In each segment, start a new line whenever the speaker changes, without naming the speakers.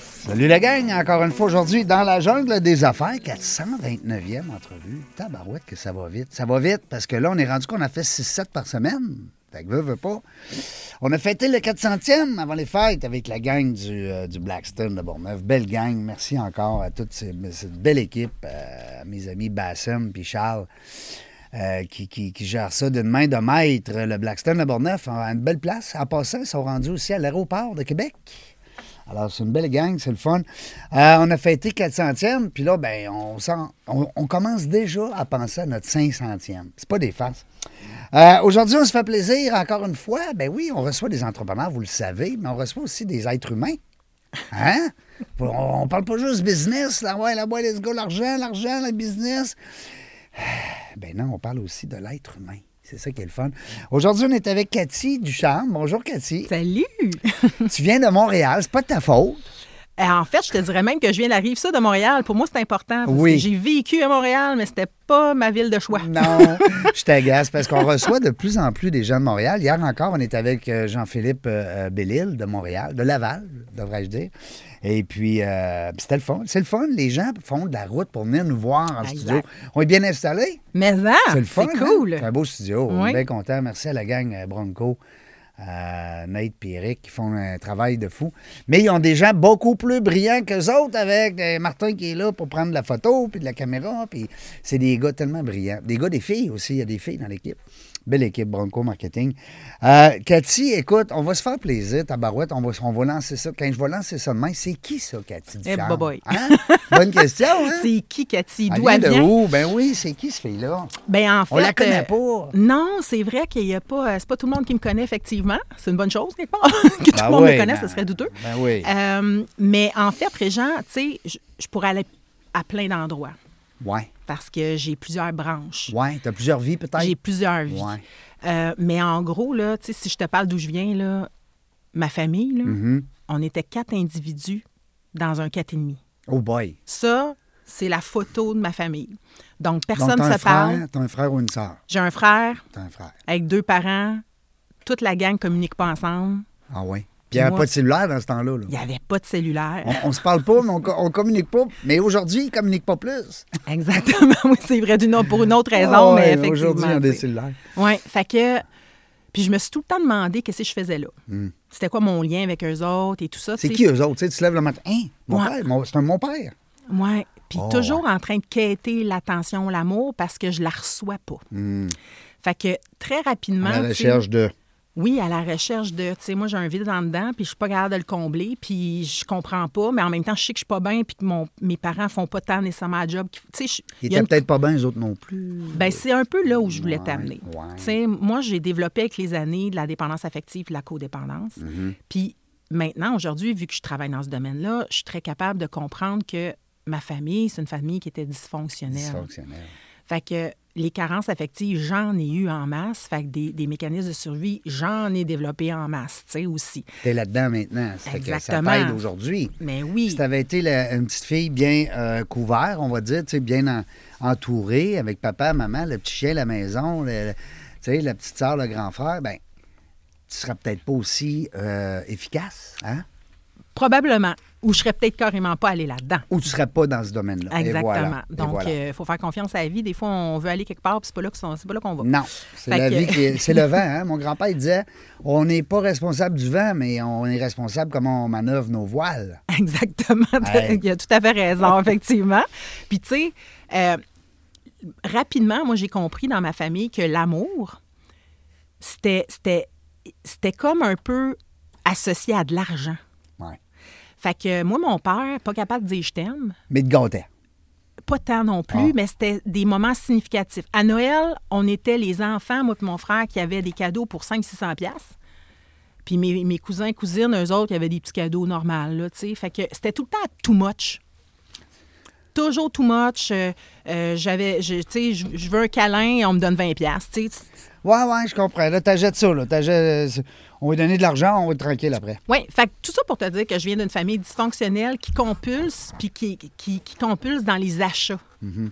Salut la gang, encore une fois aujourd'hui dans la jungle des affaires, 429e entrevue. Tabarouette que ça va vite. Ça va vite parce que là, on est rendu qu'on a fait 6-7 par semaine. Fait que veut, veut pas. On a fêté le 400e avant les fêtes avec la gang du, euh, du Blackstone de Bourneuf. Belle gang. Merci encore à toute ces- cette belle équipe, euh, à mes amis Bassem puis Charles. euh, qui, qui, qui gère ça d'une main de maître, le Blackstone de Bourneuf, a une belle place. En passant, ils sont rendus aussi à l'aéroport de Québec. Alors, c'est une belle gang, c'est le fun. Euh, on a fêté 400e, puis là, ben, on, s'en- on, on commence déjà à penser à notre 500e. C'est pas des farces. Euh, Aujourd'hui, on se fait plaisir encore une fois. Ben oui, on reçoit des entrepreneurs, vous le savez, mais on reçoit aussi des êtres humains. Hein? On, on parle pas juste business, là, ouais, là, ouais, let's go, l'argent, l'argent, le business. Ben non, on parle aussi de l'être humain. C'est ça qui est le fun. Aujourd'hui, on est avec Cathy Ducharme. Bonjour, Cathy.
Salut!
Tu viens de Montréal, c'est pas de ta faute.
Euh, En fait, je te dirais même que je viens de la rive sud de Montréal. Pour moi, c'est important. Parce
Oui.
que j'ai vécu à Montréal, mais c'était pas ma ville de choix.
Non, je t'agace parce qu'on reçoit de plus en plus des gens de Montréal. Hier encore, on était avec euh, Jean-Philippe euh, euh, Bellil de Montréal, de Laval, devrais-je dire. Et puis, euh, puis c'était le fun. C'est le fun. Les gens font de la route pour venir nous voir en
Exact.
studio. On est bien installés.
Mais ah,
C'est le fun. hein?
cool.
C'est un beau studio. On est
Oui.
bien content. Merci à la gang euh, Bronco, euh, Nate et Eric qui font un travail de fou. Mais ils ont des gens beaucoup plus brillants qu'eux autres avec euh, Martin qui est là pour prendre de la photo puis de la caméra. Puis c'est des gars tellement brillants. Des gars, des filles aussi. Il y a des filles dans l'équipe. Belle équipe Bronco Marketing. Euh, Cathy, écoute, on va se faire plaisir, tabarouette. On va, on va lancer ça. Quand je vais lancer ça demain, c'est qui ça, Cathy?
Eh,
Ducharme?
boboy.
Hein? Bonne question, hein?
C'est qui, Cathy?
Elle
D'où elle
vient de
vient?
où? Ben oui, c'est qui ce fille-là?
Ben, en fait,
On la connaît
euh,
pas.
Non, c'est vrai qu'il n'y a pas. euh, C'est pas tout le monde qui me connaît, effectivement. C'est une bonne chose, quelque part. que tout
Ben
le monde
oui,
me connaisse,
ben-
ce serait douteux.
ben oui.
Euh, mais en fait, Régent, tu sais, je je pourrais aller à plein d'endroits
Ouais.
parce que j'ai plusieurs branches.
Ouais, t'as plusieurs vies peut-être.
J'ai plusieurs vies.
Ouais.
Euh, mais en gros, là, tu sais, si je te parle d'où je viens, là, ma famille, là,
Mhm.
on était quatre individus dans un quatre et demi.
Oh boy.
Ça, c'est la photo de ma famille. Donc,
Donc,
personne
t'as
ne
un
se parle.
frère, t'as un frère ou une sœur.
J'ai un frère
T'as un frère.
avec deux parents. Toute la gang ne communique pas ensemble.
Ah ouais. Puis il n'y avait
Moi-
pas de cellulaire dans ce temps-là. là.
Il n'y avait pas de cellulaire.
On, on se parle pas, mais on, co- on communique pas. Mais aujourd'hui, ils communiquent pas plus.
Exactement. Oui, c'est vrai, d'une autre- pour une autre
Ah
raison,
ouais,
mais effectivement.
Aujourd'hui, ils ont des
tu sais.
cellulaires.
Oui, fait que. Puis je me suis tout le temps demandé qu'est-ce que je faisais là. C'était quoi mon lien avec eux autres et tout ça.
Hmm. C'est
tu sais.
qui eux autres? Tu sais, tu te lèves le matin. Hein, mon
Ouais.
père, mon- c'est un mon père.
Oui, puis
Oh,
toujours en train de quêter l'attention, l'amour, parce que je la reçois pas. Fait que très rapidement.
Hmm. À la
tu sais,
recherche de.
Oui, à la recherche de. Tu sais, moi, j'ai un vide en dedans, puis je suis pas capable de le combler, puis je comprends pas, mais en même temps, je sais que je suis pas bien, puis que mon, mes parents font pas tant nécessairement le job. qu'il faut. Tu sais, je-
Ils
il y a
étaient
une-
peut-être pas bien, les autres non plus.
ben, c'est un peu là où je voulais
Ouais,
t'amener.
ouais.
Tu sais, Moi, j'ai développé avec les années de la dépendance affective et la codépendance.
Mm-hmm.
Puis maintenant, aujourd'hui, vu que je travaille dans ce domaine-là, je suis très capable de comprendre que ma famille, c'est une famille qui était dysfonctionnelle.
Dysfonctionnels.
Fait que les carences affectives, j'en ai eu en masse. Fait que des, des mécanismes de survie, j'en ai développé en masse, tu sais, aussi.
T'es là-dedans maintenant. Ça fait que ça
Exactement.
t'aide aujourd'hui.
Mais oui.
Si tu avais été la- une petite fille bien euh, couverte, on va dire, tu sais, bien en- entourée, avec papa, maman, le petit chien, la maison, le- le- tu sais, la petite soeur, le grand frère, ben tu serais peut-être pas aussi euh, efficace, hein?
Probablement. Ou je serais peut-être carrément pas allée là-dedans.
Ou tu serais pas dans ce domaine-là. Et
Exactement.
voilà, et
Donc, euh, il
voilà.
faut faire confiance à la vie. Des fois, on veut aller quelque part, puis c'est pas là que son- c'est pas là qu'on va.
Non, c'est
Fait
la
que-
vie qui est- c'est le vent. Hein? Mon grand-père il disait, on n'est pas responsable du vent, mais on est responsable comment on manœuvre nos voiles.
Exactement.
Hey.
Il a tout à fait raison, effectivement. Puis, tu sais, euh, rapidement, moi, j'ai compris dans ma famille que l'amour, c'était, c'était, c'était comme un peu associé à de l'argent.
Ouais.
Fait que moi, mon père, pas capable de dire je t'aime,
Mais de gâter.
pas tant non plus,
Ah.
mais c'était des moments significatifs. À Noël, on était les enfants, moi et mon frère, qui avaient des cadeaux pour 500-600 pièces. Puis mes, mes cousins, cousines, eux autres, qui avaient des petits cadeaux normaux, là, tu sais. Fait que c'était tout le temps too much. Toujours too much. Euh, euh, j'avais, je- tu sais, je, je veux un câlin, on me donne 20 pièces, tu sais.
Ouais, ouais, je comprends. Là, t'achètes ça, là. T'achètes- On va donner de l'argent, on va être tranquille après.
Oui, fait que tout ça pour te dire que je viens d'une famille dysfonctionnelle qui compulse, puis qui, qui, qui compulse dans les achats.
Mhm.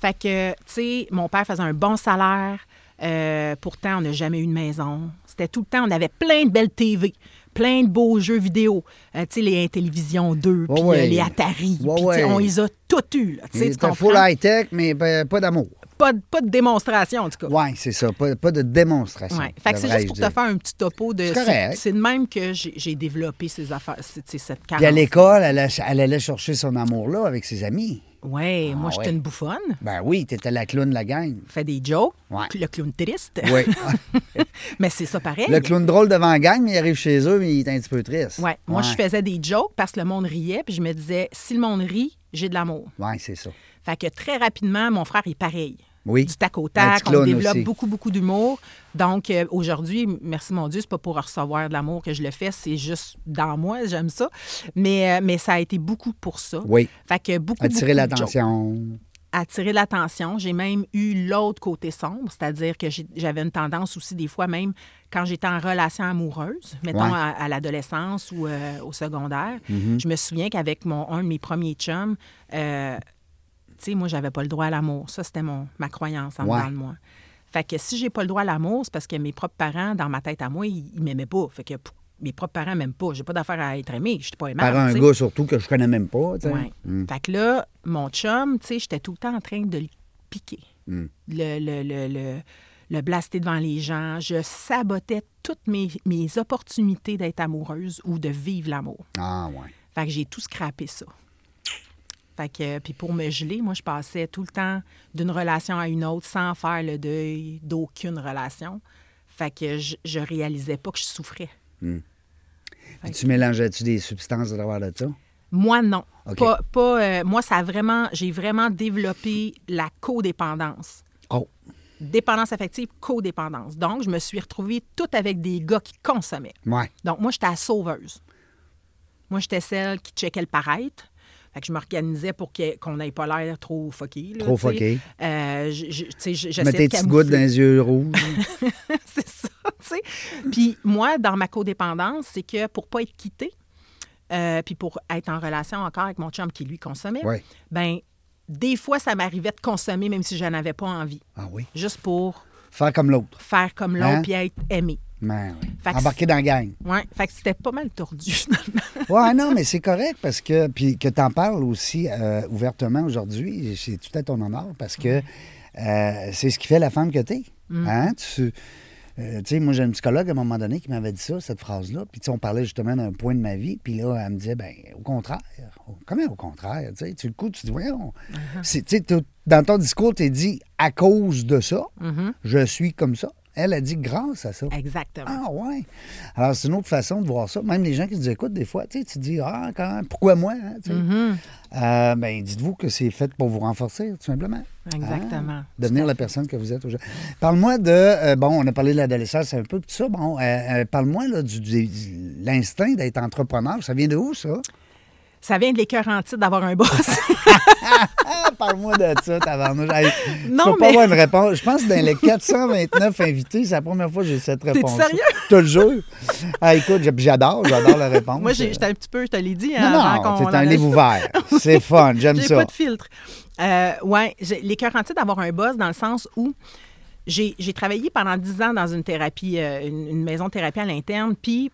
Fait que, tu sais, mon père faisait un bon salaire. euh, pourtant, on n'a jamais eu de maison. C'était tout le temps, on avait plein de belles TV, plein de beaux jeux vidéo. Euh, tu sais, les Télévision 2, puis
ouais.
euh, les Atari.
Ouais,
puis, tu
ouais.
sais, on les a toutes eues. là, Tu sais, tu
T'as full
comprends?
high-tech, mais ben, pas d'amour.
Pas, de- pas de démonstration, en tout cas.
Ouais, c'est ça. Pas, pas de démonstration.
Ouais. Fait que c'est
devrais-je
juste pour
dire.
te faire un petit topo de.
C'est correct.
C'est de même que j'ai j'ai développé ces affaires, c'est- c'est cette carte.
Puis à l'école, elle, allait- elle allait chercher son amour-là avec ses amis.
Ouais, moi,
Ah
j'étais
ouais.
une bouffonne.
Ben oui, t'étais la clown de la gang.
Fait des jokes.
Ouais.
Le clown triste.
Oui.
mais c'est ça pareil.
le clown drôle devant la gang, mais il arrive chez eux, mais il est un petit peu triste.
Ouais. Moi, je faisais des jokes parce que le monde riait. Puis je me disais, si le monde rit, j'ai de l'amour.
Ouais, c'est ça.
Fait que très rapidement, mon frère est pareil.
Oui.
Du tac au
Un
tac,
petit
on
clown
développe
aussi.
beaucoup, beaucoup d'humour. Donc euh, aujourd'hui, merci mon Dieu, c'est pas pour recevoir de l'amour que je le fais, c'est juste dans moi, j'aime ça. Mais, euh, mais ça a été beaucoup pour ça.
Oui.
Fait que beaucoup,
Attirer
beaucoup de jokes.
l'attention.
attirer l'attention. J'ai même eu l'autre côté sombre, c'est-à-dire que j'ai- j'avais une tendance aussi des fois même quand j'étais en relation amoureuse, mettons
Ouais. Mm-hmm.
à, à l'adolescence ou euh, au secondaire. Je me souviens qu'avec mon un de mes premiers chums, euh, tu sais, moi, j'avais pas le droit à l'amour. Ça, c'était mon, ma croyance en
Ouais.
dedans de moi. Fait que si j'ai pas le droit à l'amour, c'est parce que mes propres parents, dans ma tête à moi, ils, ils m'aimaient pas. Fait que p- mes propres parents m'aiment pas. J'ai pas d'affaire à être aimée. Je suis pas aimable.
Par un
tu sais.
gars surtout que je connais même pas. tu sais.
Ouais. Fait que là, mon chum, tu sais, j'étais tout le temps en train de le piquer. Le, le, le, le- le blaster devant les gens. Je sabotais toutes mes, mes opportunités d'être amoureuse ou de vivre l'amour.
Ah ouais.
Fait que j'ai tout scrappé ça. Fait que, euh, puis pour me geler, moi, je passais tout le temps d'une relation à une autre sans faire le deuil d'aucune relation. Fait que je, je réalisais pas que je souffrais.
Puis tu mélangeais-tu des substances à travers de ça?
Moi, non.
OK.
Pas, pas, euh, moi, ça a vraiment, j'ai vraiment développé la codépendance.
Oh.
Dépendance affective, codépendance. Donc, je me suis retrouvée toute avec des gars qui consommaient.
Ouais.
Donc, moi, j'étais la sauveuse. Moi, j'étais celle qui checkait le paraître. Fait que je m'organisais pour qu'il y ait- qu'on n'ait pas l'air trop fucké. là,
Trop
tu sais.
fucké.
Euh, je- je- tu sais, je-
Tu
j'essayais
mettais
de
des petites gouttes
camoufler.
dans les yeux rouges.
c'est ça, tu sais. Puis moi, dans ma codépendance, c'est que pour pas être quittée, euh, puis pour être en relation encore avec mon chum qui lui consommait,
Ouais.
ben des fois, ça m'arrivait de consommer même si je n'en avais pas envie,
ah oui.
juste pour
Faire comme l'autre.
faire comme
Hein?
l'autre puis être aimé.
Ben oui.
Fait que
Embarquer dans la gang.
Ouais, fait que c'était pas mal tordu finalement.
Ouais, non, mais c'est correct parce que. Puis que t'en parles aussi euh, ouvertement aujourd'hui, c'est tout à ton honneur parce que euh, c'est ce qui fait la femme que t'es.
Mm.
Hein? Tu. euh, tu sais, moi, j'ai une psychologue à un moment donné qui m'avait dit ça, cette phrase-là. Puis, tu sais, on parlait justement d'un point de ma vie. Puis là, elle me disait, ben au contraire. Oh, Comment au contraire? Tu sais, tu le coup, tu dis, voyons.
Uh-huh.
c'est- Tu sais, t'as- dans ton discours, tu dit, à cause de ça,
Mm-hmm.
je suis comme ça. Elle a dit, grâce à ça.
Exactement.
Ah ouais. Alors c'est une autre façon de voir ça. Même les gens qui nous écoutent des fois, tu sais, tu dis ah quand même, pourquoi moi hein, tu sais.
Mm-hmm.
Euh, Ben dites-vous que c'est fait pour vous renforcer tout simplement.
Ah. Exactement.
Hein? Devenir la personne que vous êtes aujourd'hui. Parle-moi de euh, bon, on a parlé de l'adolescence un peu tout ça. Bon, euh, euh, parle-moi là du, du- de l'instinct d'être entrepreneur. Ça vient de où ça
Ça vient de l'écœur en titre d'avoir un boss.
Ah, Parle-moi de ça, tabarnouche. Hey, je
Non,
peux pas
mais-
avoir une réponse. Je pense que dans les 429 invités, c'est la première fois que j'ai cette réponse.
sérieux?
Je te le jure. Ah, écoute, j'ai- j'adore, j'adore la réponse.
moi, j'ai- j'étais un petit peu, je te l'ai dit,
Non,
hein, avant
non,
qu'on
c'est un livre
l'enregistre.
ouvert. C'est fun, j'aime
J'ai
ça.
pas de filtre. Euh, ouais, j'ai- les cœurs entiers d'avoir un boss dans le sens où j'ai j'ai travaillé pendant 10 ans dans une thérapie, euh, une, une maison de thérapie à l'interne, puis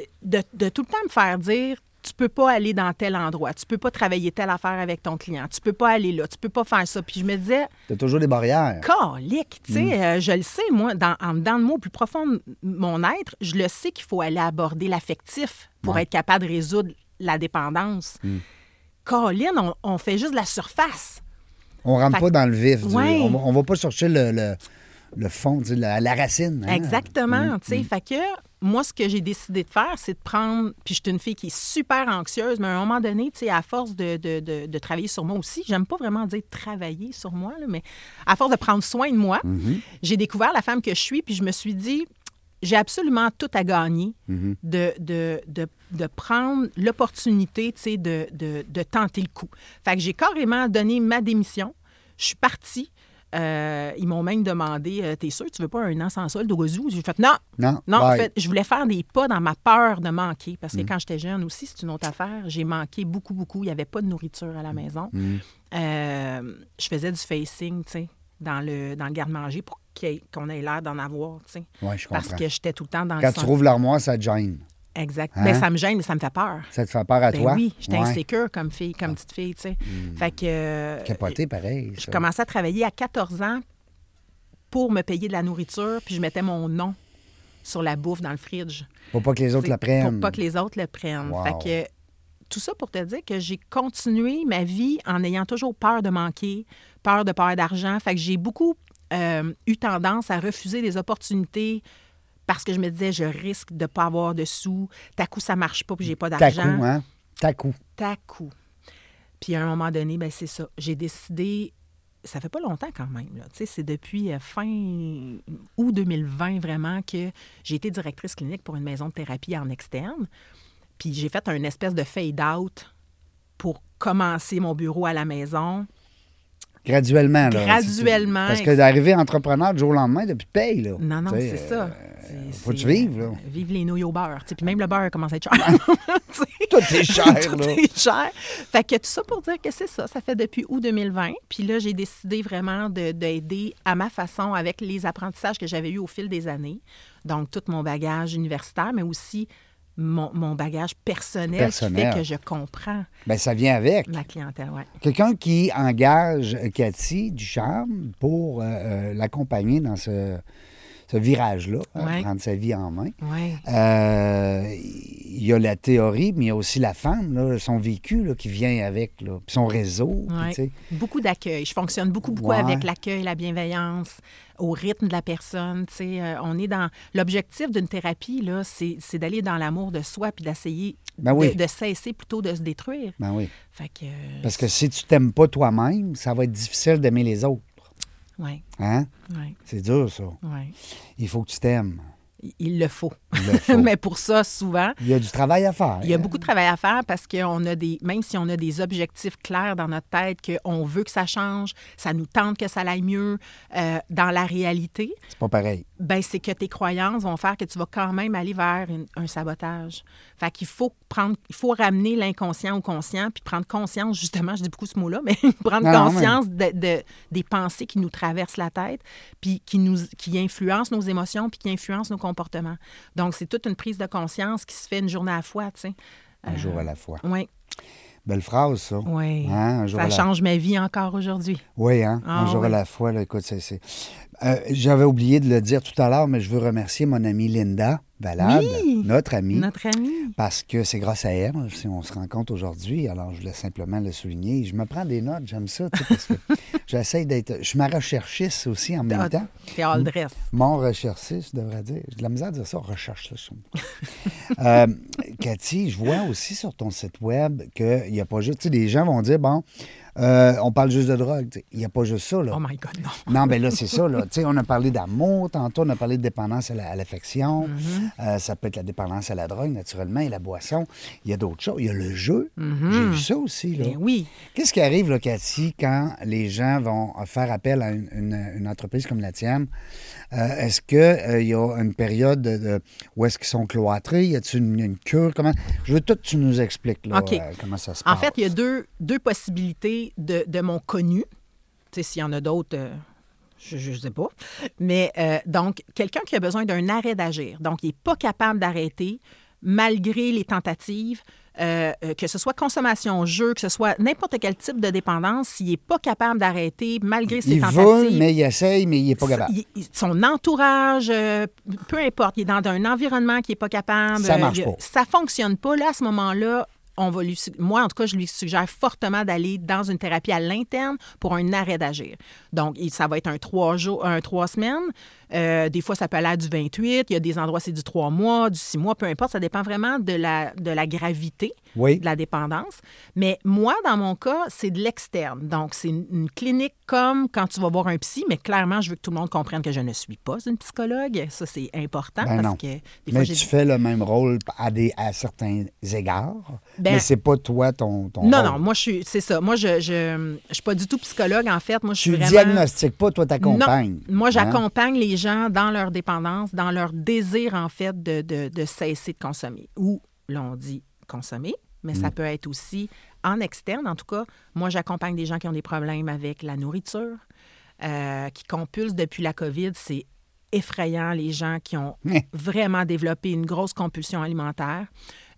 euh, de, de tout le temps me faire dire tu peux pas aller dans tel endroit, tu peux pas travailler telle affaire avec ton client, tu peux pas aller là, tu peux pas faire ça. Puis je me disais,
T'as toujours des barrières.
calique, tu sais, euh, je le sais, moi, dans, en dedans de moi, au plus profond de mon être, je le sais qu'il faut aller aborder l'affectif pour être capable de résoudre la dépendance. Colin, on, on fait juste de la surface.
On rentre
Fait-
pas dans le vif. du-
Ouais.
On, va, on va pas chercher le, le, le fond, tu sais, la, la racine. hein.
Exactement, tu sais. Fait que moi, ce que j'ai décidé de faire, c'est de prendre. Puis je suis une fille qui est super anxieuse, mais à un moment donné, tu sais, à force de, de, de, de travailler sur moi aussi, j'aime pas vraiment dire travailler sur moi, là, mais à force de prendre soin de moi, j'ai découvert la femme que je suis, puis je me suis dit, j'ai absolument tout à gagner de, de, de- de prendre l'opportunité, tu sais, de, de- de tenter le coup. Fait que j'ai carrément donné ma démission. Je suis partie. Euh, ils m'ont même demandé euh, T'es sûr, tu veux pas un an sans solde au gazou? J'ai fait Non,
Non,
non, en
bye.
fait, je voulais faire des pas dans ma peur de manquer. Parce que quand j'étais jeune aussi, c'est une autre affaire. J'ai manqué beaucoup, beaucoup. Il n'y avait pas de nourriture à la maison. Euh, je faisais du facing, tu sais, dans le, dans le garde-manger pour qu'il y ait- qu'on ait l'air d'en avoir, tu sais.
Ouais, je
parce
comprends.
que j'étais tout le temps dans le
Quand tu
sens-
trouves l'armoire, ça te gêne.
Exact.
Hein?
Ben, ça me gêne, mais ça me fait peur.
Ça te fait peur à
Ben
toi.
oui, j'étais
Ouais.
insécure comme fille, comme petite fille, tu sais. Fait que... euh,
Capoté, pareil.
je
ça.
commençais à travailler à 14 ans pour me payer de la nourriture, puis je mettais mon nom sur la bouffe dans le fridge.
Pour pas que les autres
T'sais,
la prennent.
Pour pas que les autres le prennent.
Wow.
Fait que tout ça pour te dire que j'ai continué ma vie en ayant toujours peur de manquer, peur de peur d'argent. Fait que j'ai beaucoup euh, eu tendance à refuser des opportunités parce que je me disais je risque de pas avoir de sous. T'as coup ça marche pas puis j'ai pas
T'as coup,
d'argent.
hein? T'as coup.
T'as coup. Puis à un moment donné, ben c'est ça. J'ai décidé. Ça fait pas longtemps quand même. Là. Tu sais, C'est depuis euh, fin août 2020 vraiment que j'ai été directrice clinique pour une maison de thérapie en externe. Puis j'ai fait un espèce de fade-out pour commencer mon bureau à la maison.
Graduellement, là.
Graduellement,
Parce que d'arriver entrepreneur du jour au lendemain, depuis paye, là.
Non, non,
Tu sais,
c'est
euh,
ça. C'est-
faut que tu
c'est, euh,
vives, là.
Vive les nouilles au beurre. tu sais. Puis même le beurre commence à être cher. Tu sais.
Tout est cher,
Tout
là.
est cher. Fait que tout ça pour dire que c'est ça. Ça fait depuis août 2020. Puis là, j'ai décidé vraiment de- d'aider à ma façon avec les apprentissages que j'avais eus au fil des années. Donc, tout mon bagage universitaire, mais aussi mon, mon bagage personnel,
Personnel.
qui fait que je comprends
Ben, ça vient avec.
ma clientèle. ouais.
Quelqu'un qui engage euh, Cathy Ducharme pour euh, euh, l'accompagner dans ce, ce virage-là, hein,
Ouais.
prendre sa vie en main.
Ouais.
Euh, Il y a la théorie, mais il y a aussi la femme, là, son vécu là, qui vient avec, là, puis son réseau. puis,
Ouais.
tu sais.
Beaucoup d'accueil. Je fonctionne beaucoup, beaucoup
Ouais.
avec l'accueil, la bienveillance, au rythme de la personne. tu sais, euh, on est dans l'objectif d'une thérapie là, c'est c'est d'aller dans l'amour de soi puis d'essayer
Ben oui.
de, de cesser plutôt de se détruire.
Ben oui.
Fait que, euh,
Parce que si tu t'aimes pas toi-même, ça va être difficile d'aimer les autres.
ouais,
Hein?
ouais,
C'est dur, ça.
ouais.
Il faut que tu t'aimes.
Il, il le faut.
Il le faut.
Mais pour ça, souvent,
Il y a du travail à faire.
Il y a beaucoup de travail à faire parce qu'on a des, même si on a des objectifs clairs dans notre tête, qu'on veut que ça change, ça nous tente que ça aille mieux euh, dans la réalité,
C'est pas pareil.
ben c'est que tes croyances vont faire que tu vas quand même aller vers une- un sabotage. Fait qu'il faut prendre, il faut ramener l'inconscient au conscient, puis prendre conscience, justement, je dis beaucoup ce mot-là, mais prendre
Non, non, mais-
conscience de- de- des pensées qui nous traversent la tête, puis qui, nous, qui influencent nos émotions, puis qui influencent nos comportements. Donc, c'est toute une prise de conscience qui se fait une journée à la fois, tu sais. Euh, Ah.
Un jour à la fois.
Oui,
Belle phrase, ça.
oui.
Hein, un jour à
Ça
la-
change ma vie encore aujourd'hui.
Oui, hein?
Ah,
un jour à
oui.
la fois, là, écoute, c'est. c'est- Euh, J'avais oublié de le dire tout à l'heure, mais je veux remercier mon amie Linda Valade,
Oui!
notre amie,
Notre ami.
parce que c'est grâce à elle si on se rencontre aujourd'hui. Alors, je voulais simplement le souligner. Je me prends des notes, j'aime ça, tu sais, parce que j'essaie d'être. Je suis ma recherchiste aussi en même
Ah,
temps.
T'es all dress.
Mon recherchiste, je devrais dire. J'ai de la misère à dire ça, recherche, là, je trouve. Euh, Cathy, je vois aussi sur ton site web qu'il n'y a pas juste. Tu sais, les gens vont dire, bon, euh, on parle juste de drogue. Tu sais, Il n'y a pas juste ça, là.
Oh my God, non.
Non, mais là, c'est ça. Là. Tu sais, on a parlé d'amour, tantôt, on a parlé de dépendance à la- à l'affection.
Mm-hmm.
Euh, ça peut être la dépendance à la drogue, naturellement, et la boisson. Il y a d'autres choses. Il y a le jeu. J'ai vu ça aussi. Là.
Mm-hmm. Ben oui.
Qu'est-ce qui arrive, là, Cathy, quand les gens vont faire appel à une, une- une entreprise comme la tienne? Euh, est-ce qu'il y a une période de- de- où est-ce qu'ils sont cloîtrés? Y a-t-il une, une cure? Comment... Je veux tout que tu nous expliques là,
OK.
euh, comment ça se
En
passe.
fait, il y a deux, deux possibilités de, de mon connu. Tu sais, s'il y en a d'autres, euh, je ne sais pas. Mais euh, donc, quelqu'un qui a besoin d'un arrêt d'agir, donc il n'est pas capable d'arrêter malgré les tentatives, euh, euh, que ce soit consommation, jeu, que ce soit n'importe quel type de dépendance, s'il n'est pas capable d'arrêter malgré ses
Il
tentatives.
veut, mais il essaye, mais il n'est pas
Ça-
capable.
il- il- son entourage, euh, peu importe, il est dans un environnement qui n'est pas capable. euh,
Ça marche
il-
pas.
Ça fonctionne pas. Là, à ce moment-là, on va lui, su- moi, en tout cas, je lui suggère fortement d'aller dans une thérapie à l'interne pour un arrêt d'agir. Donc, il- ça va être un trois jours, un trois semaines, Euh, des fois, ça peut aller à du 28. Il y a des endroits, c'est du 3 mois, du 6 mois, peu importe. Ça dépend vraiment de la, de la gravité
Oui.
de la dépendance. Mais moi, dans mon cas, c'est de l'externe. Donc, c'est une, une clinique comme quand tu vas voir un psy, mais clairement, je veux que tout le monde comprenne que je ne suis pas une psychologue. Ça, c'est important
Ben
parce
non.
que des fois,
Mais
j'ai
tu fais le même rôle à, des, à certains égards,
Ben-
mais c'est pas toi ton, ton
Non,
rôle.
non, moi, je suis, c'est ça. Moi, je, je, je suis pas du tout psychologue, en fait. Moi, je suis
Tu
vraiment...
diagnostiques pas, toi t'accompagnes.
Non. Moi,
Hein?
j'accompagne les gens dans leur dépendance, dans leur désir, en fait, de, de- de cesser de consommer. Ou, l'on dit consommer, mais
Mm.
ça peut être aussi en externe. En tout cas, moi, j'accompagne des gens qui ont des problèmes avec la nourriture, euh, qui compulsent depuis la COVID. C'est effrayant, les gens qui ont
Hum.
vraiment développé une grosse compulsion alimentaire.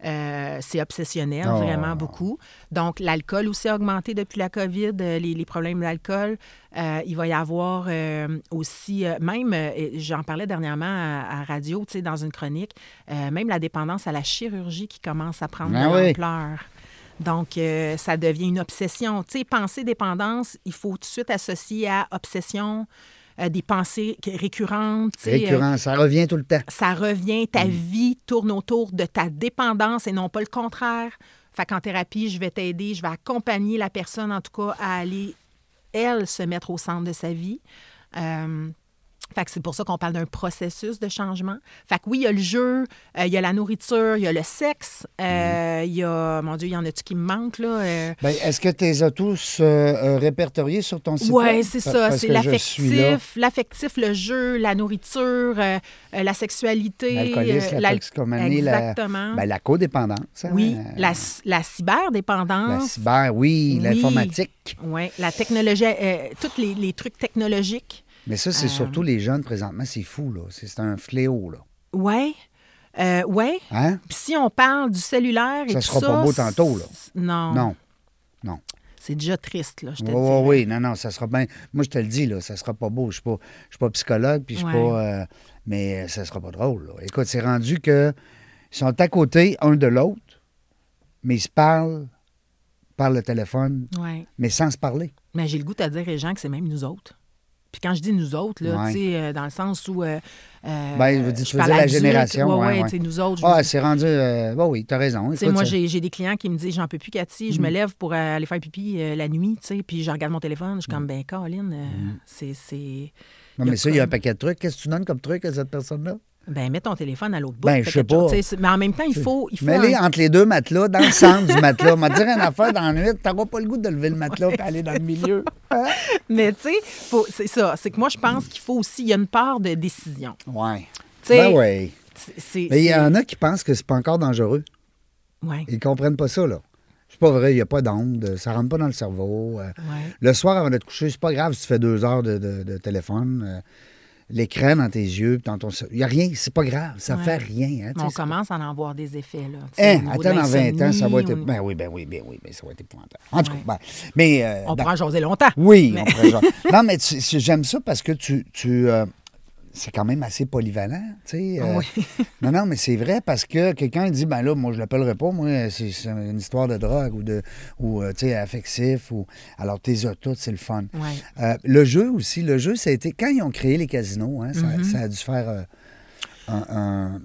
Euh, c'est obsessionnel,
Oh.
vraiment beaucoup. Donc, l'alcool aussi a augmenté depuis la COVID, euh, les, les problèmes d'alcool. Euh, il va y avoir euh, aussi, euh, même, euh, et j'en parlais dernièrement à, à radio, tu sais, dans une chronique, euh, même la dépendance à la chirurgie qui commence à prendre
Ah
de
oui.
l'ampleur. Donc, euh, ça devient une obsession. Tu sais, penser dépendance, il faut tout de suite associer à obsession, euh, des pensées récurrentes. tu sais, euh,
Récurrent, ça revient tout le temps.
ça revient, ta vie tourne autour de ta dépendance et non pas le contraire. Fait qu'en thérapie, je vais t'aider, je vais accompagner la personne, en tout cas, à aller, elle, se mettre au centre de sa vie. Euh, fait que c'est pour ça qu'on parle d'un processus de changement. Fait que oui, il y a le jeu, euh, il y a la nourriture, il y a le sexe, euh, il y a... Mon Dieu, il y en a-tu qui me manquent, là? Euh,
Ben, Est-ce que tu les as tous euh, euh, répertoriés sur ton site?
oui,
web?
c'est
Pa-
ça.
parce
C'est
que je suis là.
l'affectif, l'affectif, le jeu, la nourriture, euh, euh, la sexualité,
L'alcoolisme,
euh,
la
l'al-
toxicomanie, la,
Exactement.
ben, la codépendance. hein,
oui,
euh,
la, la
la
cyberdépendance.
cyber, oui,
Oui.
l'informatique.
Oui, la technologie, euh, tous les, les trucs technologiques.
Mais ça,
Euh.
c'est surtout les jeunes présentement, c'est fou, là. C'est c'est un fléau, là.
Oui, oui.
Hein?
euh, Si on parle du cellulaire et
Ça
tout
sera pas beau tantôt, là.
c- Non,
Non. Non.
c'est déjà triste, là, je te
Oui, oui,
dis.
oui. Non, non, ça sera bien. Moi, je te le dis, là, ça sera pas beau. Je suis pas, je suis pas psychologue, puis je suis
Ouais.
pas. euh, mais euh, ça sera pas drôle, là. Écoute, c'est rendu que ils sont à côté, un de l'autre, mais ils se parlent par le téléphone,
Ouais.
mais sans se parler.
Mais j'ai le goût de dire aux gens que c'est même nous autres. Puis quand je dis nous autres, là,
Ouais.
tu sais, euh, dans le sens où... euh, euh,
Ben, je veux dire, tu
je
veux
parle
dire la
adulte,
génération,
ouais,
ouais,
ouais,
ouais.
tu sais, nous autres. je veux
Ah, c'est rendu. euh, bah oui, t'as raison.
Tu sais,
Écoute,
moi,
ça- Mm.
j'ai j'ai des clients qui me disent J'en peux plus, Cathy, je me lève pour euh, aller faire pipi euh, la nuit, tu sais, puis je regarde mon téléphone. Je suis comme Ben, Caroline, c'est. c'est-
Mm. Non,
y a
mais ça, il y a un
comme-
paquet de trucs. Qu'est-ce que tu donnes comme truc à cette personne-là?
Ben, mets ton téléphone à l'autre bout.
Ben, je
fais
sais
quelque chose,
pas.
tu c'est- Mais en même temps, il faut. Il faut
Mets-les
un-
entre les deux matelas, dans le centre du matelas. M'a dire une affaire dans la nuit, t'auras pas le goût de lever le matelas et aller dans le milieu.
Mais, tu sais, faut- c'est ça. C'est que moi, je pense qu'il faut aussi. Il y a une part de décision.
Ouais.
sais,
Ben oui.
C'est- C'est.
Mais il y
c'est-
en a qui pensent que c'est pas encore dangereux.
Ouais.
Ils comprennent pas ça, là. C'est pas vrai, il n'y a pas d'onde, ça rentre pas dans le cerveau. Euh,
Ouais.
Le soir avant de te coucher, c'est pas grave si tu fais deux heures de, de- de téléphone. euh, L'écran dans tes yeux, puis dans ton cerveau. Il n'y a rien, c'est pas grave, ça
Ouais.
fait rien. hein, tu
Mais
sais,
on
c'est-
commence à en voir des effets, là. tu sais,
Hein,
au niveau de
attends, dans 20 ans, ça va être.
l'insomnie,
Ben oui, ben oui, ben oui, ben ça va être épouvantable. En tout
Ouais.
cas, ben, mais. euh,
On, on
dans-
pourra en jaser longtemps.
Oui,
Mais-
on pourrait genre- Non, mais tu- tu- j'aime ça parce que tu. tu, euh, c'est quand même assez polyvalent, tu sais. euh,
Oui.
non, non, mais c'est vrai parce que quelqu'un dit, ben là, moi, je l'appellerai pas, moi, c'est c'est une histoire de drogue ou de. ou, euh, tu sais, affectif. Ou... Alors, tes autos, c'est le fun.
Ouais.
Euh, le jeu aussi, le jeu, ça a été. Quand ils ont créé les casinos, hein, ça,
Mm-hmm.
ça a dû faire euh, un- un,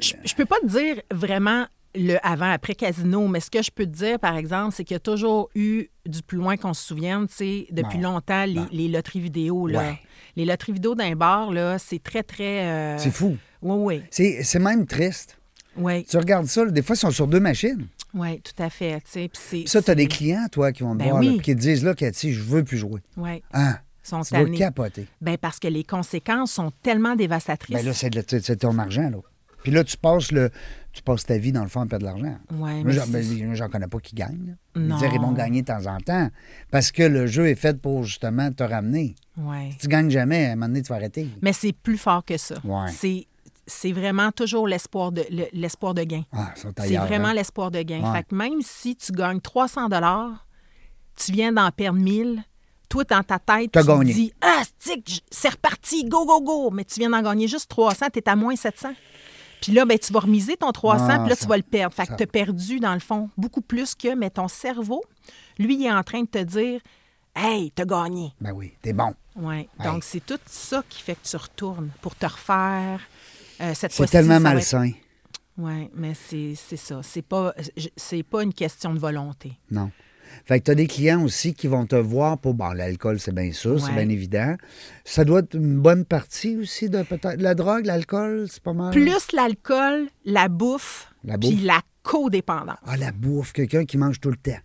je, je peux pas te dire vraiment le avant-après casino, mais ce que je peux te dire, par exemple, c'est qu'il y a toujours eu, du plus loin qu'on se souvienne, tu sais, depuis
Bon,
longtemps, les,
bon.
les loteries vidéo. Là.
Ouais.
Les loteries vidéo d'un bar, là, c'est très, très... euh,
C'est fou.
Oui,
C'est c'est même triste.
oui, oui,
Tu regardes ça, là, des fois, ils sont sur deux machines.
oui, tout à fait. tu sais, puis c'est-
Puis ça, tu as
c'est-
des clients, toi, qui vont te
Ben
voir,
oui.
là, puis qui te disent, là, Cathy, je veux plus jouer.
Oui,
Ah,
ils sont
tu dois
tannés.
capoter.
Ben, parce que les conséquences sont tellement dévastatrices.
Ben là, c'est de- c'est c'est ton argent, là. Puis là, tu passes, le, tu passes ta vie, dans le fond, à perdre de l'argent.
Ouais,
Moi,
mais
j'en
c'est-
ben, j'en connais pas qui gagnent. là. Je
Non.
veux dire, ils vont gagner de temps en temps. Parce que le jeu est fait pour, justement, te ramener.
Ouais.
Si tu gagnes jamais, à un moment donné, tu vas arrêter.
Mais c'est plus fort que ça.
Ouais.
C'est, c'est vraiment toujours l'espoir de, le- l'espoir de gain.
Ah, ils sont
C'est
ailleurs,
vraiment
hein.
l'espoir de gain.
Ouais.
Fait que même si tu gagnes 300 dollars, tu viens d'en perdre 1000, toi, dans ta tête,
T'as
tu
gagné.
te dis « Ah, stick, j- c'est reparti, go, go, go! » Mais tu viens d'en gagner juste 300, t'es à moins 700. Puis là, ben, tu vas remiser ton 300,
Ah,
puis là,
ça-
tu vas le perdre. Fait
ça-
que t'as perdu, dans le fond, beaucoup plus que... Mais ton cerveau, lui, il est en train de te dire Hey, t'as gagné.
Ben oui, t'es bon.
Ouais.
Ouais.
Donc, c'est tout ça qui fait que tu retournes pour te refaire. Euh, cette
C'est
fois-ci,
tellement
ça va être-
malsain.
Oui, mais c'est c'est ça. C'est pas, je- c'est pas une question de volonté.
Non. Fait que t'as des clients aussi qui vont te voir pour... Bon, l'alcool, c'est bien sûr, c'est
Ouais.
bien évident. Ça doit être une bonne partie aussi de peut-être... La drogue, l'alcool, c'est pas mal.
Plus l'alcool, la bouffe,
La
puis
bouffe.
la codépendance.
Ah, la bouffe, quelqu'un qui mange tout le temps.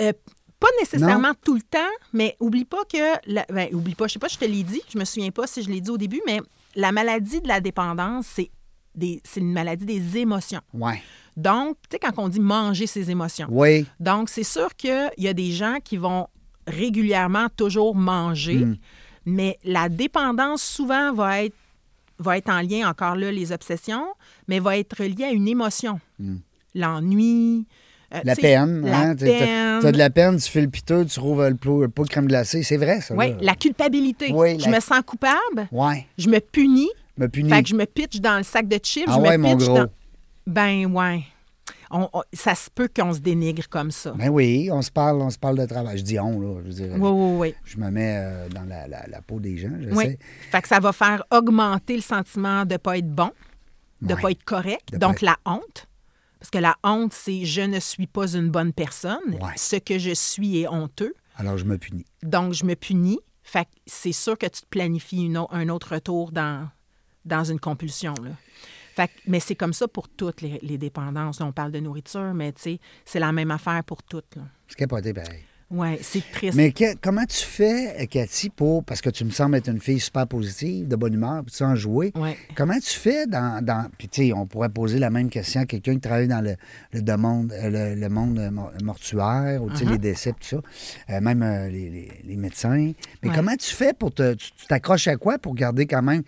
Euh, pas nécessairement tout le temps, mais oublie pas que. la- ben, oublie pas, je sais pas, je te l'ai dit, je me souviens pas si je l'ai dit au début, mais la maladie de la dépendance, c'est des- c'est une maladie des émotions.
Ouais.
Donc, tu sais, quand on dit manger ses émotions,
Oui.
Donc, c'est sûr qu'il y a des gens qui vont régulièrement toujours manger,
Hmm.
mais la dépendance souvent va être, va être en lien, encore là, les obsessions, mais va être liée à une émotion. L'ennui. euh,
Hmm. La
tu sais,
peine.
La
hein? T'as- t'as-
peine.
T'as de la peine, tu fais le piteux, tu trouves le pot, le pot de crème glacée. C'est vrai, ça.
Ouais,
là.
la culpabilité.
Ah. Oui,
je
la-
me sens coupable,
Ouais.
je me punis,
Me punir.
fait que je me pitche dans le sac de chips,
Ah
je me
ouais, mon
pitche
gros.
dans... Ben ouais. On- on- ça se peut qu'on se dénigre comme ça.
Ben oui, on se parle, on se parle de travail. Je dis on, là. Je, veux dire,
Oui, oui, oui.
je me mets euh, dans la, la- la peau des gens, je sais.
Oui. Fait que ça va faire augmenter le sentiment de ne pas être bon, de ne
Ouais.
pas être correct.
De
donc,
pas
la honte. Parce que la honte, c'est je ne suis pas une bonne personne.
Ouais.
Ce que je suis est honteux.
Alors, je me punis.
Donc, je me punis. Fait que c'est sûr que tu te planifies une au- un autre retour dans, dans une compulsion. là. Fait que- mais c'est comme ça pour toutes les, les dépendances. On parle de nourriture, mais tu sais, c'est la même affaire pour toutes. là.
C'est capoté pareil.
Ouais, c'est triste.
Mais que- comment tu fais, euh, Cathy, pour. Parce que tu me sembles être une fille super positive, de bonne humeur, puis tu sais en jouer.
Ouais.
Comment tu fais dans. dans puis, tu sais, on pourrait poser la même question à quelqu'un qui travaille dans le, le, de monde, euh, le, le monde euh, mor- mortuaire, ou tu sais,
Uh-huh.
les décès, tout ça, euh, même euh, les, les- les médecins. Mais
Ouais.
comment tu fais pour te. Tu tu t'accroches à quoi pour garder quand même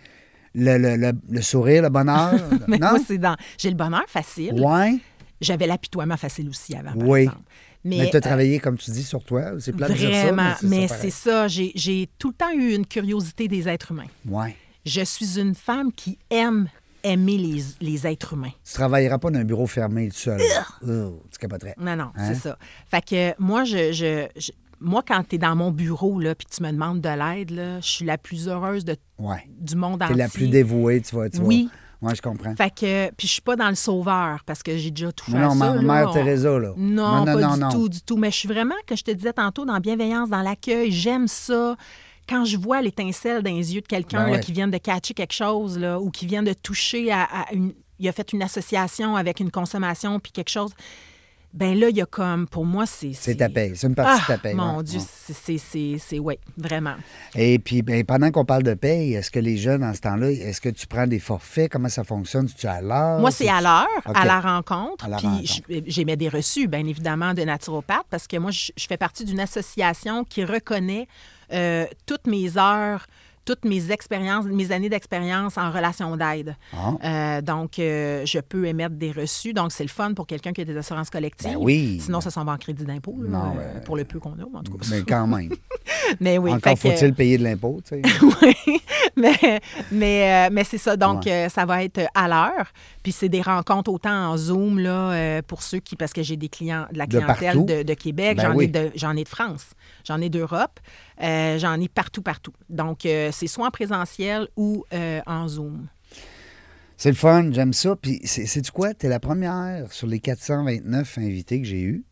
le, le- le- le sourire, le bonheur?
Mais
non?
moi, c'est dans. J'ai le bonheur facile.
Ouais.
J'avais l'apitoiement facile aussi avant. par
Oui.
exemple.
Mais,
Mais,
tu as
euh,
travaillé, comme tu dis, sur toi. C'est plat de dire ça,
Vraiment, mais
ça
c'est ça. J'ai- J'ai tout le temps eu une curiosité des êtres humains.
pareil. Ouais.
Je suis une femme qui aime aimer les, les êtres humains.
Tu travailleras pas dans un bureau fermé tout seul. Oh, tu capoterais.
Non, non,
Hein?
c'est ça. Fait que moi, je, je- je- moi quand tu es dans mon bureau là, puis que tu me demandes de l'aide, là, je suis la plus heureuse de,
Ouais.
du monde
T'es
entier.
la plus dévouée, tu vois. Tu
Oui.
Moi, je comprends.
Fait que, puis je suis pas dans le sauveur parce que j'ai déjà touché
Non, non,
à ça.
ma-
là.
Mère
On-
Teresa, là.
Non,
Non, non,
pas
non,
du
non.
tout, du tout. Mais je suis vraiment, que je te disais tantôt, dans bienveillance, dans l'accueil, j'aime ça. Quand je vois l'étincelle dans les yeux de quelqu'un
Ben
là,
ouais.
qui vient de catcher quelque chose là, ou qui vient de toucher à, à une... Il a fait une association avec une consommation puis quelque chose. Ben là, il y a comme... Pour moi, c'est...
C'est ta paye. C'est une partie de
Ah,
ta paye.
mon
ouais,
Dieu,
ouais.
c'est- c'est... c'est- c'est- ouais, vraiment.
Et puis, ben, pendant qu'on parle de paye, est-ce que les jeunes, en ce temps-là, est-ce que tu prends des forfaits? Comment ça fonctionne? Tu es à l'heure?
Moi, c'est à l'heure,
Ah, OK.
à la rencontre.
À la
puis
rencontre.
je- eh, j'émets des reçus, bien évidemment, de naturopathe, parce que moi, je, je fais partie d'une association qui reconnaît euh, toutes mes heures, toutes mes expériences, mes années d'expérience en relation d'aide.
Ah.
Euh, donc, euh, je peux émettre des reçus. Donc, c'est le fun pour quelqu'un qui a des assurances collectives.
Ben oui.
Sinon, ça s'en va en crédit d'impôt, là,
Non,
euh,
ben,
pour le peu qu'on a, en tout cas.
Mais Ben, quand même.
Mais oui, fait
Encore
que-
faut-il payer de l'impôt, tu sais.
oui, mais, mais, euh, mais c'est ça. Donc, euh, ça va être à l'heure. Puis, c'est des rencontres autant en Zoom, là, euh, pour ceux qui. Parce que j'ai des clients, de la
De partout.
clientèle de, de Québec,
Ben
j'en,
oui.
ai de, j'en ai de France, j'en ai d'Europe, euh, j'en ai partout, partout. Donc, euh, c'est soit en présentiel ou euh, en Zoom.
C'est le fun, j'aime ça. Puis, c'est du quoi? T'es la première sur les 429 invités que j'ai eus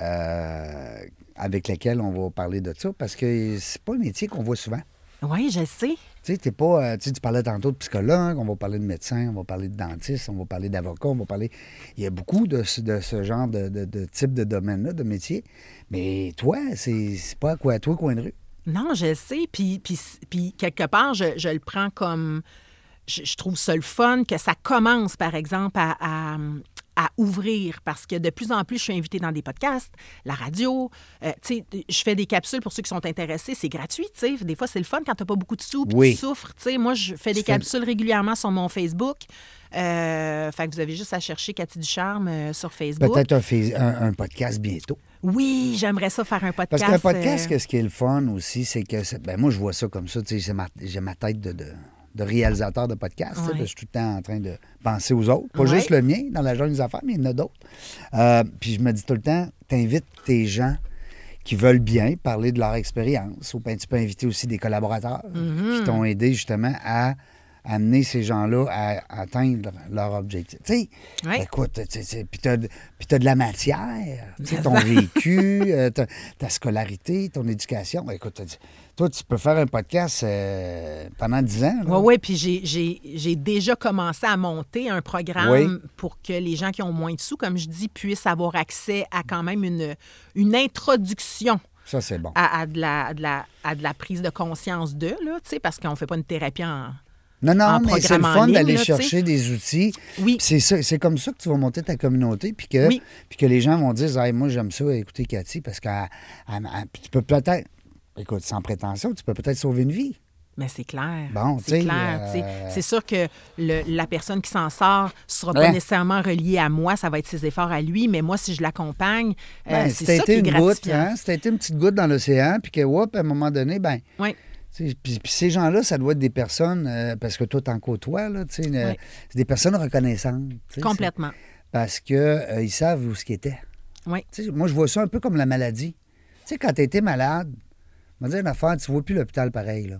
euh, avec laquelle on va parler de ça parce que c'est pas un métier qu'on voit souvent.
Oui, je sais.
Tu sais, t'es pas. euh, tu sais, tu parlais tantôt de psychologue, on va parler de médecin, on va parler de dentiste, on va parler d'avocat, on va parler. Il y a beaucoup de, ce- de ce genre de, de- de type de domaine-là, de métier. Mais toi, c'est c'est pas à quoi, toi, coin de rue.
Non, je le sais. Puis, puis, puis quelque part, je, je le prends comme. Je, je trouve ça le fun que ça commence, par exemple, à, à- à ouvrir parce que de plus en plus, je suis invitée dans des podcasts, la radio. euh, tu sais, je fais des capsules pour ceux qui sont intéressés. C'est gratuit, tu sais. Des fois, c'est le fun quand t'as pas beaucoup de sous puis
Oui.
tu souffres. Tu sais, moi, je fais des
fais-
capsules régulièrement sur mon Facebook. Euh, fait que vous avez juste à chercher Cathy Ducharme euh, sur Facebook.
Peut-être un, fais- un- un podcast bientôt.
Oui, j'aimerais ça faire un
Parce
podcast.
qu'un podcast,
euh,
que ce qui est le fun aussi, c'est que. c'est- Ben, moi, je vois ça comme ça. Tu sais, c'est ma- j'ai ma tête de, de- de réalisateur de podcast. tu sais,
Ouais.
parce que Je suis tout le temps en train de penser aux autres. Pas
Ouais.
juste le mien dans la jungle des affaires, mais il y en a d'autres. Euh, puis je me dis tout le temps, t'invites tes gens qui veulent bien parler de leur expérience. Ou ben, tu peux inviter aussi des collaborateurs
Mm-hmm.
qui t'ont aidé justement à amener ces gens-là à atteindre leur objectif. Tu sais,
Ouais.
écoute, tu sais, c'est- puis t'as de- puis t'as de la matière, tu sais, ton vécu, euh, ta, ta scolarité, ton éducation. Écoute, t'as- toi, tu peux faire un podcast euh, pendant 10 ans. là.
Oui, oui, puis j'ai- j'ai j'ai déjà commencé à monter un programme
Oui.
pour que les gens qui ont moins de sous, comme je dis, puissent avoir accès à quand même une, une introduction
Ça, c'est bon.
à, à de la, à de la, à de la prise de conscience d'eux, là, tu sais, parce qu'on ne fait pas une thérapie en...
Non, non,
en
mais c'est
programme
le
en
fun
ligne,
d'aller
là, tu sais.
chercher des outils. Puis
Oui.
C'est ça- c'est comme ça que tu vas monter ta communauté, puis que,
Oui.
puis que les gens vont dire Hey, Moi, j'aime ça, écouter Cathy, parce que elle- elle- elle- puis tu peux peut-être, écoute, sans prétention, tu peux peut-être sauver une vie.
Mais c'est clair.
Bon, tu
c'est
sais,
clair.
euh,
tu sais. C'est sûr que le- la personne qui s'en sort sera pas
Ouais.
nécessairement reliée à moi. Ça va être ses efforts à lui. Mais moi, si je l'accompagne, euh,
Ben, si
c'est
t'as
ça qui
été
est
une goutte,
gratifiant.
hein, si t'as été une petite goutte dans l'océan, puis que, whoop, à un moment donné, ben.
Oui.
tu sais, Puis, puis ces gens-là, ça doit être des personnes, euh, parce que toi, t'en côtoies, là, tu sais, une-
Ouais.
c'est des personnes reconnaissantes. tu sais,
Complètement.
c'est- Parce qu'ils savent où ce qu'ils étaient.
Oui.
Tu sais, moi, je vois ça un peu comme la maladie. Tu sais, quand tu étais malade, on va dire une affaire, tu vois plus l'hôpital pareil. Là.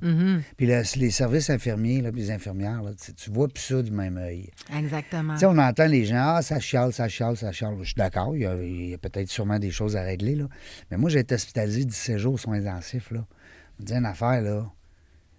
Puis le- les services infirmiers, là, puis les infirmières, là, tu, tu vois plus ça du même œil.
Exactement.
Tu sais, on entend les gens, ah, ça chiale, ça chiale, ça chiale. Je suis d'accord, il y a, il y a peut-être sûrement des choses à régler. Là. Mais moi, j'ai été hospitalisé 17 jours aux soins intensifs. Là. On me dit une affaire, là,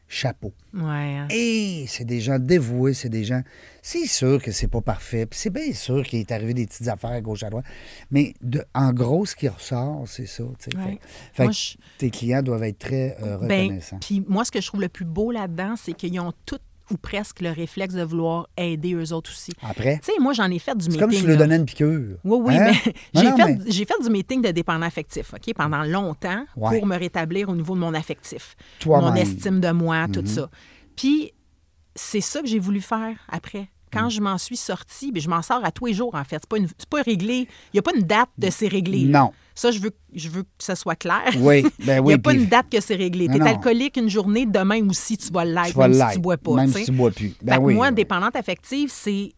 chapeau.
Ouais, hein.
Et c'est des gens dévoués, c'est des gens. C'est sûr que c'est pas parfait, puis c'est bien sûr qu'il est arrivé des petites affaires à gauche à droite. Mais de, en gros, ce qui ressort, c'est ça. tu sais.
Ouais.
Fait- Fait,
Moi,
que
je-
tes clients doivent être très euh,
Ben,
reconnaissants.
puis moi, ce que je trouve le plus beau là-dedans, c'est qu'ils ont tout ou presque le réflexe de vouloir aider eux autres aussi.
Après,
Tu sais, moi, j'en ai fait du
c'est
meeting.
comme si tu leur
là.
donnais une piqûre.
Oui, oui,
Hein?
mais
Non,
j'ai
non,
fait,
mais-
j'ai fait du meeting de dépendant affectif, OK, pendant longtemps
Ouais.
pour me rétablir au niveau de mon affectif,
Toi-même.
mon estime de moi,
Mm-hmm.
tout ça. Puis c'est ça que j'ai voulu faire après. Quand
Mm.
je m'en suis sortie, bien, je m'en sors à tous les jours, en fait. C'est pas, une- c'est pas réglé. Il n'y a pas une date de c'est réglé. là.
Non.
Ça, je veux, je veux que ça soit clair.
Oui, ben
Il n'y
oui,
a pas
puis-
une date que c'est réglé.
Non,
Tu es
non.
alcoolique une journée, demain aussi, tu vas l'être,
Tu vas
même si
l'être,
tu bois pas.
même
tu sais.
si tu bois plus. Ben
Fait que
oui,
moi,
oui.
dépendante affective, c'est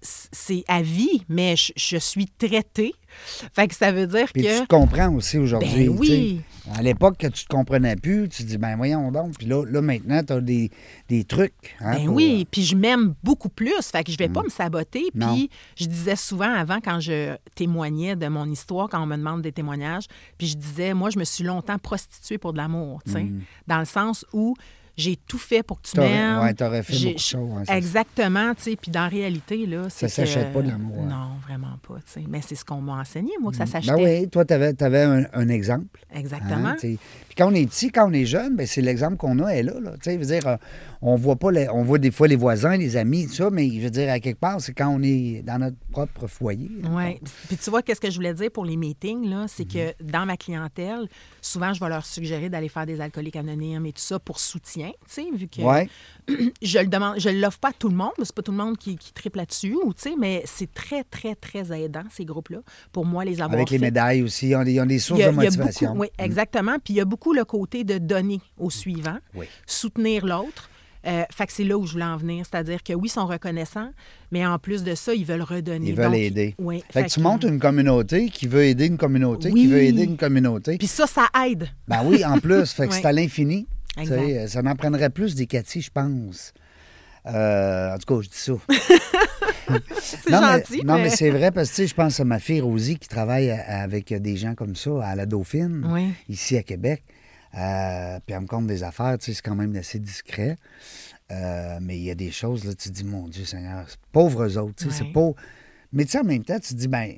c'est à vie, mais je, je suis traitée. Fait que ça veut dire
Puis
que
tu te comprends aussi aujourd'hui.
Ben
tu sais.
oui.
À l'époque que tu te comprenais plus, tu te dis, ben voyons donc. Puis là, là maintenant, tu as des, des trucs. hein,
Ben
pour, Mm.
oui, puis je m'aime beaucoup plus, fait que je vais pas me saboter.
Non.
Puis je disais souvent avant quand je témoignais de mon histoire, quand on me demande des témoignages, puis je disais, moi, je me suis longtemps prostituée pour de l'amour, tu sais, dans le sens où j'ai tout fait pour que tu
Mm. T'aurais-
m'aimes.
ouais, t'aurais fait
J'ai-
beaucoup de choses, hein, c'est ça.
exactement, tu sais, puis dans la réalité, là, c'est
Ça
que-
s'achète pas de l'amour, hein.
Non, vraiment pas, tu sais. Mais c'est ce qu'on m'a enseigné, moi, que ça
Ben
s'achetait.
oui, toi, tu avais, un, un exemple. hein,
Exactement.
tu sais. Puis quand on est petit, quand on est jeune, ben c'est l'exemple qu'on a, elle a. Là, tu sais, je veux dire, euh, on voit pas les- on voit des fois les voisins, les amis, tout ça, mais je veux dire, à quelque part, c'est quand on est dans notre propre foyer.
Oui. Puis tu vois, qu'est-ce que je voulais dire pour les meetings, là, c'est que
Mhm.
dans ma clientèle, souvent, je vais leur suggérer d'aller faire des alcooliques anonymes et tout ça pour soutien, tu sais, vu que
Ouais.
je le demande, je l'offre pas à tout le monde, c'est pas tout le monde qui, qui triple là-dessus, ou tu sais, mais c'est très, très, très aidant, ces groupes-là, pour moi, les avoir
Avec les
fait.
médailles aussi, on, a des sources
Il y
de
a- il y a
motivation. Mhm.
beaucoup- oui, exactement. Puis il y a beaucoup le côté de donner au suivant,
Oui.
soutenir l'autre. Euh, fait que c'est là où je voulais en venir. C'est-à-dire que oui, ils sont reconnaissants, mais en plus de ça, ils veulent redonner.
Ils veulent
Donc,
aider.
Oui.
fait, que tu montes une communauté qui veut aider une communauté, qui
Oui.
veut aider une communauté.
Puis ça, ça aide.
Ben oui, en plus, fait que
Ouais.
c'est à l'infini. Tu
Exact.
sais, euh, Ça n'en prendrait plus des Cathy, je pense. Euh, en tout cas, je dis ça.
C'est
non,
gentil,
mais, non,
mais-
mais c'est vrai parce que tu sais, je pense à ma fille Rosie qui travaille à- avec des gens comme ça à la Dauphine,
Oui.
ici à Québec. Euh, puis elle me compte des affaires, tu sais, c'est quand même assez discret. Euh, mais il y a des choses, là, tu te dis, mon Dieu Seigneur, c'est pauvres eux autres, tu sais,
Ouais.
c'est pauvre. Mais tu sais, en même temps, tu te dis, ben,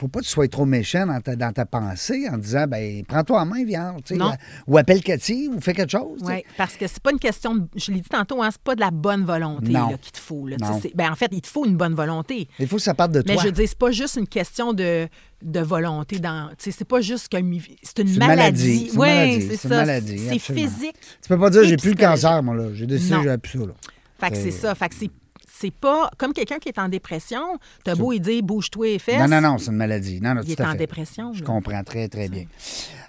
faut pas que tu sois trop méchant dans ta, dans ta pensée en disant, ben, prends-toi en main, viens, tu sais,
Non.
ou appelle Cathy, ou fais quelque chose. tu sais.
Oui, parce que c'est pas une question, de, je l'ai dit tantôt, hein, c'est pas de la bonne volonté
Non.
là, qu'il te faut. là. Tu sais,
Non.
c'est- ben, en fait, il te faut une bonne volonté.
Il faut que ça parte de
Mais
toi.
je dis, c'est pas juste une question de, de volonté. dans tu sais, C'est pas juste que c'est une
C'est une
maladie.
maladie, c'est une
Ouais,
maladie,
c'est
c'est une
ça.
maladie,
c'est
absolument.
physique.
Tu peux pas dire,
Et
j'ai plus le
psychologique.
cancer, moi, là. J'ai décidé,
Non.
j'ai plus ça, là.
Fait que
C'est-
c'est ça. Fait que c'est- C'est pas comme quelqu'un qui est en dépression, t'as beau lui dire bouge-toi et fesses.
Non, non, non, c'est une maladie. Non, non,
Il
tout
est
à
en
fait.
dépression,
Je
là.
comprends très, très bien.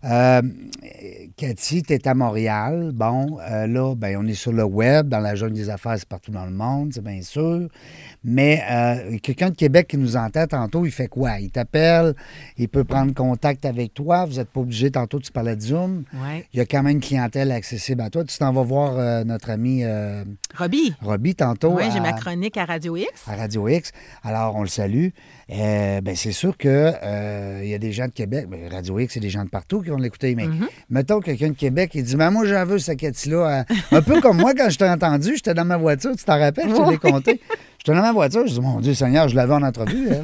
Euh, Cathy, tu es à Montréal. Bon, euh, là, ben, on est sur le web, dans la jungle des affaires, c'est partout dans le monde, c'est bien sûr. Mais euh, quelqu'un de Québec qui nous entend tantôt, il fait quoi? Il t'appelle, il peut prendre contact avec toi. Vous n'êtes pas obligé, tantôt, tu parlais de Zoom.
Ouais.
Il y a quand même une clientèle accessible à toi. Tu t'en vas voir euh, notre ami euh,
Robbie,
Robbie tantôt.
ouais, j'ai
à-
ma chronique à Radio X.
à Radio X. Alors, on le salue. Euh, ben, c'est sûr que euh, il y a des gens de Québec. ben, Radio X, c'est des gens de partout qui vont l'écouter. Mais
Mhm.
mettons quelqu'un de Québec qui dit Mais moi, j'en veux, cette Cathy-là. Un peu comme moi, quand je t'ai entendu, j'étais dans ma voiture. Tu t'en rappelles, je te l'ai compté. J'étais dans ma voiture. Je dis Mon Dieu Seigneur, je l'avais en entrevue. elle.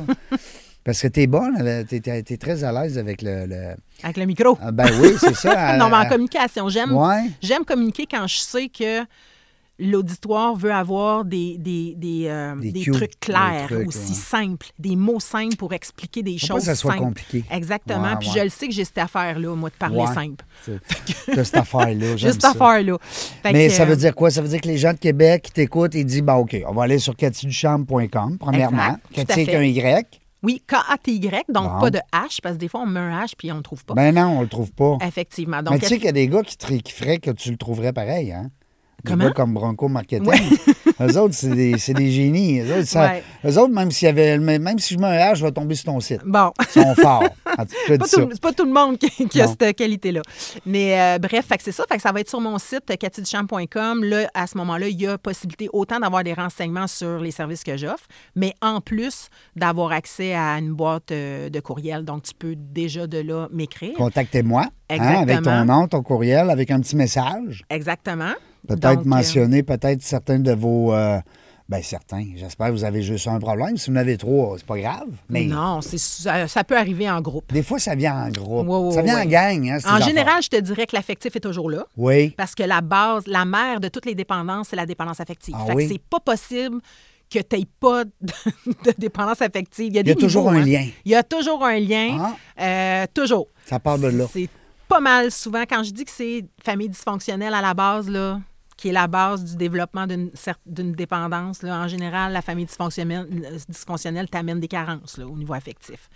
Parce que t'es bonne, elle, t'es, t'es- t'es très à l'aise avec le. le-
Avec le micro.
Ah, ben oui, c'est ça.
non, mais en
elle-
communication, j'aime
Ouais.
j'aime communiquer quand je sais que l'auditoire veut avoir des, des, des, euh,
Des
des
cues,
trucs clairs,
des trucs,
aussi
ouais.
simples, des mots simples pour expliquer des
Faut pas
choses
que ça soit
simples.
compliqué.
Exactement.
Ouais,
Puis
ouais.
je le sais que j'ai cette affaire-là, moi, de parler
Ouais.
simple.
C'est- T'as cette affaire-là. j'aime
Juste
ça.
affaire-là. Fait
Mais
que,
ça
euh,
veut dire quoi? Ça veut dire que les gens de Québec qui t'écoutent, ils disent, bah OK, on va aller sur cathyduchamp.com, premièrement.
Exact, tout à
Cathy avec
fait.
un Y.
Oui, K-A-T-Y, donc
Bon.
pas de H, parce que des fois, on met un H puis on ne le trouve pas.
Ben non, on le trouve pas.
Effectivement.
Mais
Euh, Donc,
tu sais qu'il y a des gars qui, te- qui feraient que tu le trouverais pareil, hein? Des
Comment?
gars comme Bronco Marketing. eux autres, c'est des, c'est des génies. Eux autres, ça-
Ouais.
eux autres, même, s'il y avait, même si je mets un H, je vais tomber sur ton site.
bon.
Ils sont forts. En tout cas,
Pas
dis ça.
tout- C'est pas tout le monde qui, qui a
Non.
cette qualité-là. Mais euh, bref, fait que c'est ça. Fait que ça va être sur mon site euh, cathyduchamp.com. Là, à ce moment-là, il y a possibilité autant d'avoir des renseignements sur les services que j'offre, mais en plus d'avoir accès à une boîte euh, de courriel. Donc, tu peux déjà de là m'écrire.
Contactez-moi. hein, avec ton
Exactement.
nom, ton courriel, avec un petit message.
Exactement.
Peut-être
Donc, euh,
mentionner peut-être certains de vos. euh, ben certains. J'espère que vous avez juste un problème. Si vous en avez trois, c'est pas grave. Mais
Non, c'est- ça, ça peut arriver en groupe.
des fois, ça vient en groupe.
Ouais, ouais,
ça vient
ouais.
en gang. Hein, ces
En
affaires.
général, ben, je te dirais que l'affectif est toujours là.
Oui.
Parce que la base, la mère de toutes les dépendances, c'est la dépendance affective.
Ah
fait
oui?
que c'est pas possible que tu n'aies pas de, de dépendance affective. Il
y
y a,
a
des
toujours
niveaux,
un
hein.
lien. Ah.
Il y a toujours un lien. euh, toujours.
Ça part de là.
C'est pas mal souvent. Quand je dis que c'est famille dysfonctionnelle à la base, là, qui est la base du développement d'une cer- d'une dépendance, là, en général, la famille dysfonctionnelle, euh, dysfonctionnelle t'amène des carences là, au niveau affectif.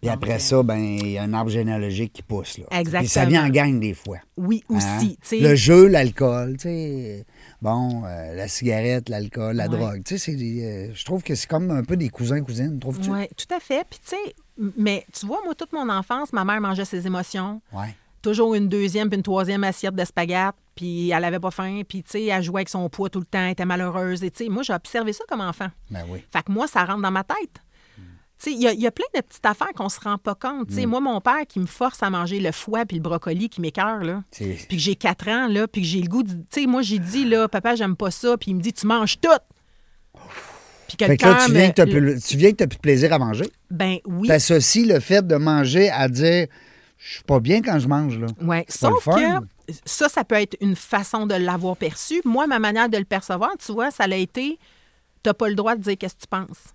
Puis après ça, ben il y a un arbre généalogique qui pousse. Là. Puis ça
Exactement.
vient en gang des fois.
Oui,
hein.
aussi. tu sais.
Le jeu, l'alcool, tu sais. Bon, euh, la cigarette, l'alcool, la
Ouais.
drogue. Tu sais, c'est des, euh, je trouve que c'est comme un peu des cousins-cousines, trouves-tu?
Oui, tout à fait. Puis, tu sais, m- mais tu vois, moi, toute mon enfance, ma mère mangeait ses émotions.
Ouais.
Toujours une deuxième puis une troisième assiette de spaghettes, puis elle avait pas faim, puis, tu sais, elle jouait avec son poids tout le temps, elle était malheureuse. Et, tu sais, moi, j'ai observé ça comme enfant.
Ben oui.
Fait que moi, ça rentre dans ma tête. Tu sais, Il y, a- il y a plein de petites affaires qu'on se rend pas compte.
Mm.
Tu sais, Moi, mon père qui me force à manger le foie puis le brocoli qui m'écœure, là,
C'est-
puis que j'ai 4 ans, là, puis que j'ai le goût. de- Tu sais, moi, j'ai dit, là, papa, j'aime pas ça, puis il me dit, tu manges tout. Puis que
Fait
le
que là,
cœur
tu viens,
me-
que t'as plus- tu viens que tu n'as plus de plaisir à manger.
Ben oui.
T'associes le fait de manger à dire je suis pas bien quand je mange là.
Oui,
C'est pas le
sauf
fun.
que ça, ça peut être une façon de l'avoir perçu. Moi, ma manière de le percevoir, tu vois, ça l'a été t'as pas le droit de dire qu'est-ce que tu penses.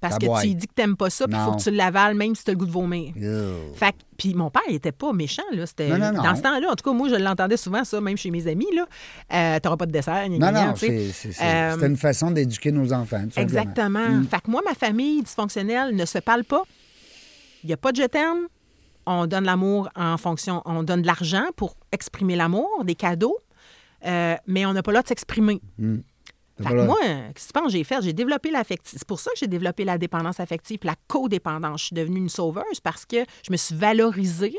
Parce que
Tabouaille.
tu lui dis que t'aimes pas ça, puis il faut
Hmm. Non.
que tu l'avales, même si t'as le goût de vomir.
Ew.
Fait que- puis mon père, il était pas méchant, là. C'était,
Non, non, non.
Dans ce temps-là, en tout cas, moi, je l'entendais souvent, ça, même chez mes amis, là. Euh, t'auras pas de dessert, gna,
Non,
gna, gna,
non,
tu sais.
c'est c'est- c'est-
Euh,
c'est une façon d'éduquer nos enfants. tout simplement. Mm.
Exactement. Fait que moi, ma famille dysfonctionnelle ne se parle pas. Il n'y a pas de je t'aime. On donne l'amour en fonction. On donne de l'argent pour exprimer l'amour, des cadeaux, euh, mais on n'a pas le droit de s'exprimer. Fait que
Mm. Voilà.
moi, qu'est-ce que tu penses que j'ai fait? J'ai développé l'affective. C'est pour ça que j'ai développé la dépendance affective, la codépendance. Je suis devenue une sauveuse parce que je me suis valorisée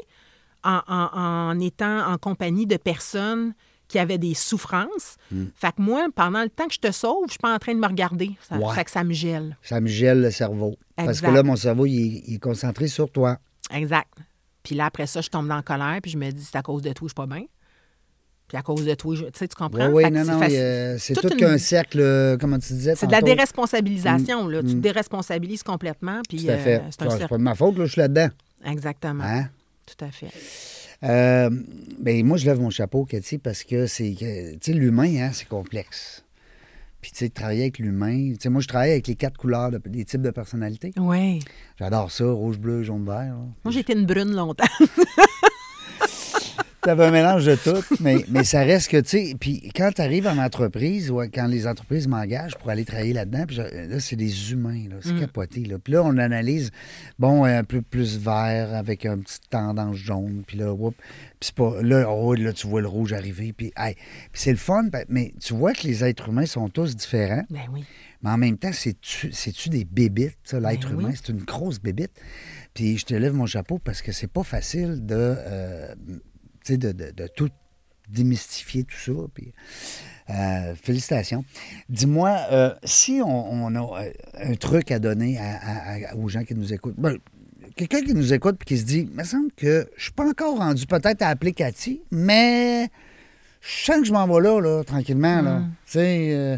en, en- en étant en compagnie de personnes qui avaient des souffrances.
Hmm.
Fait que moi, pendant le temps que je te sauve, je suis pas en train de me regarder. Ça,
Ouais.
Fait que ça me gèle.
Ça me gèle le cerveau. Parce que
Exact.
là, mon cerveau, il est, il est concentré sur toi.
Exact. Puis là, après ça, je tombe dans la colère, puis je me dis, c'est à cause de toi, je suis pas bien. Puis à cause de toi, je- tu sais, tu comprends?
Oui, oui,
Ah, Fait que
non,
c'est
non.
faci-
il, euh, C'est
toute
tout
une-
qu'un cercle, euh, comment tu disais.
C'est de la
tantôt. Mm.
déresponsabilisation, là. Tu te déresponsabilises complètement, puis
Tout à
euh,
fait.
c'est un
Ah, C'est pas
cercle.
de ma faute, là, je suis là-dedans.
Exactement.
Hein?
Tout à fait.
Euh, ben, moi, je lève mon chapeau, Cathy, parce que c'est. que, Tu sais, l'humain, hein, c'est complexe. Puis, tu sais, de travailler avec l'humain. Tu sais, moi, je travaille avec les quatre couleurs, de- des types de personnalités.
Oui.
J'adore ça, rouge, bleu, jaune, vert. là.
Moi, j'ai été une brune longtemps.
T'avais un mélange de tout, mais, mais ça reste que, tu sais, puis quand tu arrives en entreprise, ou quand les entreprises m'engagent pour aller travailler là-dedans, puis je- là, c'est des humains, là, c'est capoté. Là. Puis là, on analyse, bon, un peu plus vert avec une petite tendance jaune, puis là, whoop, puis c'est pas, là, oh, là, tu vois le rouge arriver, puis hey. Puis c'est le fun, pa- mais tu vois que les êtres humains sont tous différents.
Ben oui.
Mais en même temps, c'est-tu c'est-tu des bébites, ça, l'être
Ben oui.
humain? C'est une grosse bébite. Puis je te lève mon chapeau parce que c'est pas facile de, euh, tu sais, de, de- de tout démystifier tout ça. Puis, euh, félicitations. Dis-moi, euh, si on, on a euh, un truc à donner à- à- à- aux gens qui nous écoutent, ben, quelqu'un qui nous écoute et qui se dit, il me semble que je suis pas encore rendu peut-être à appeler Cathy, mais je sens que je m'en vais là, là, tranquillement. Là.
Mm.
Tu sais, euh,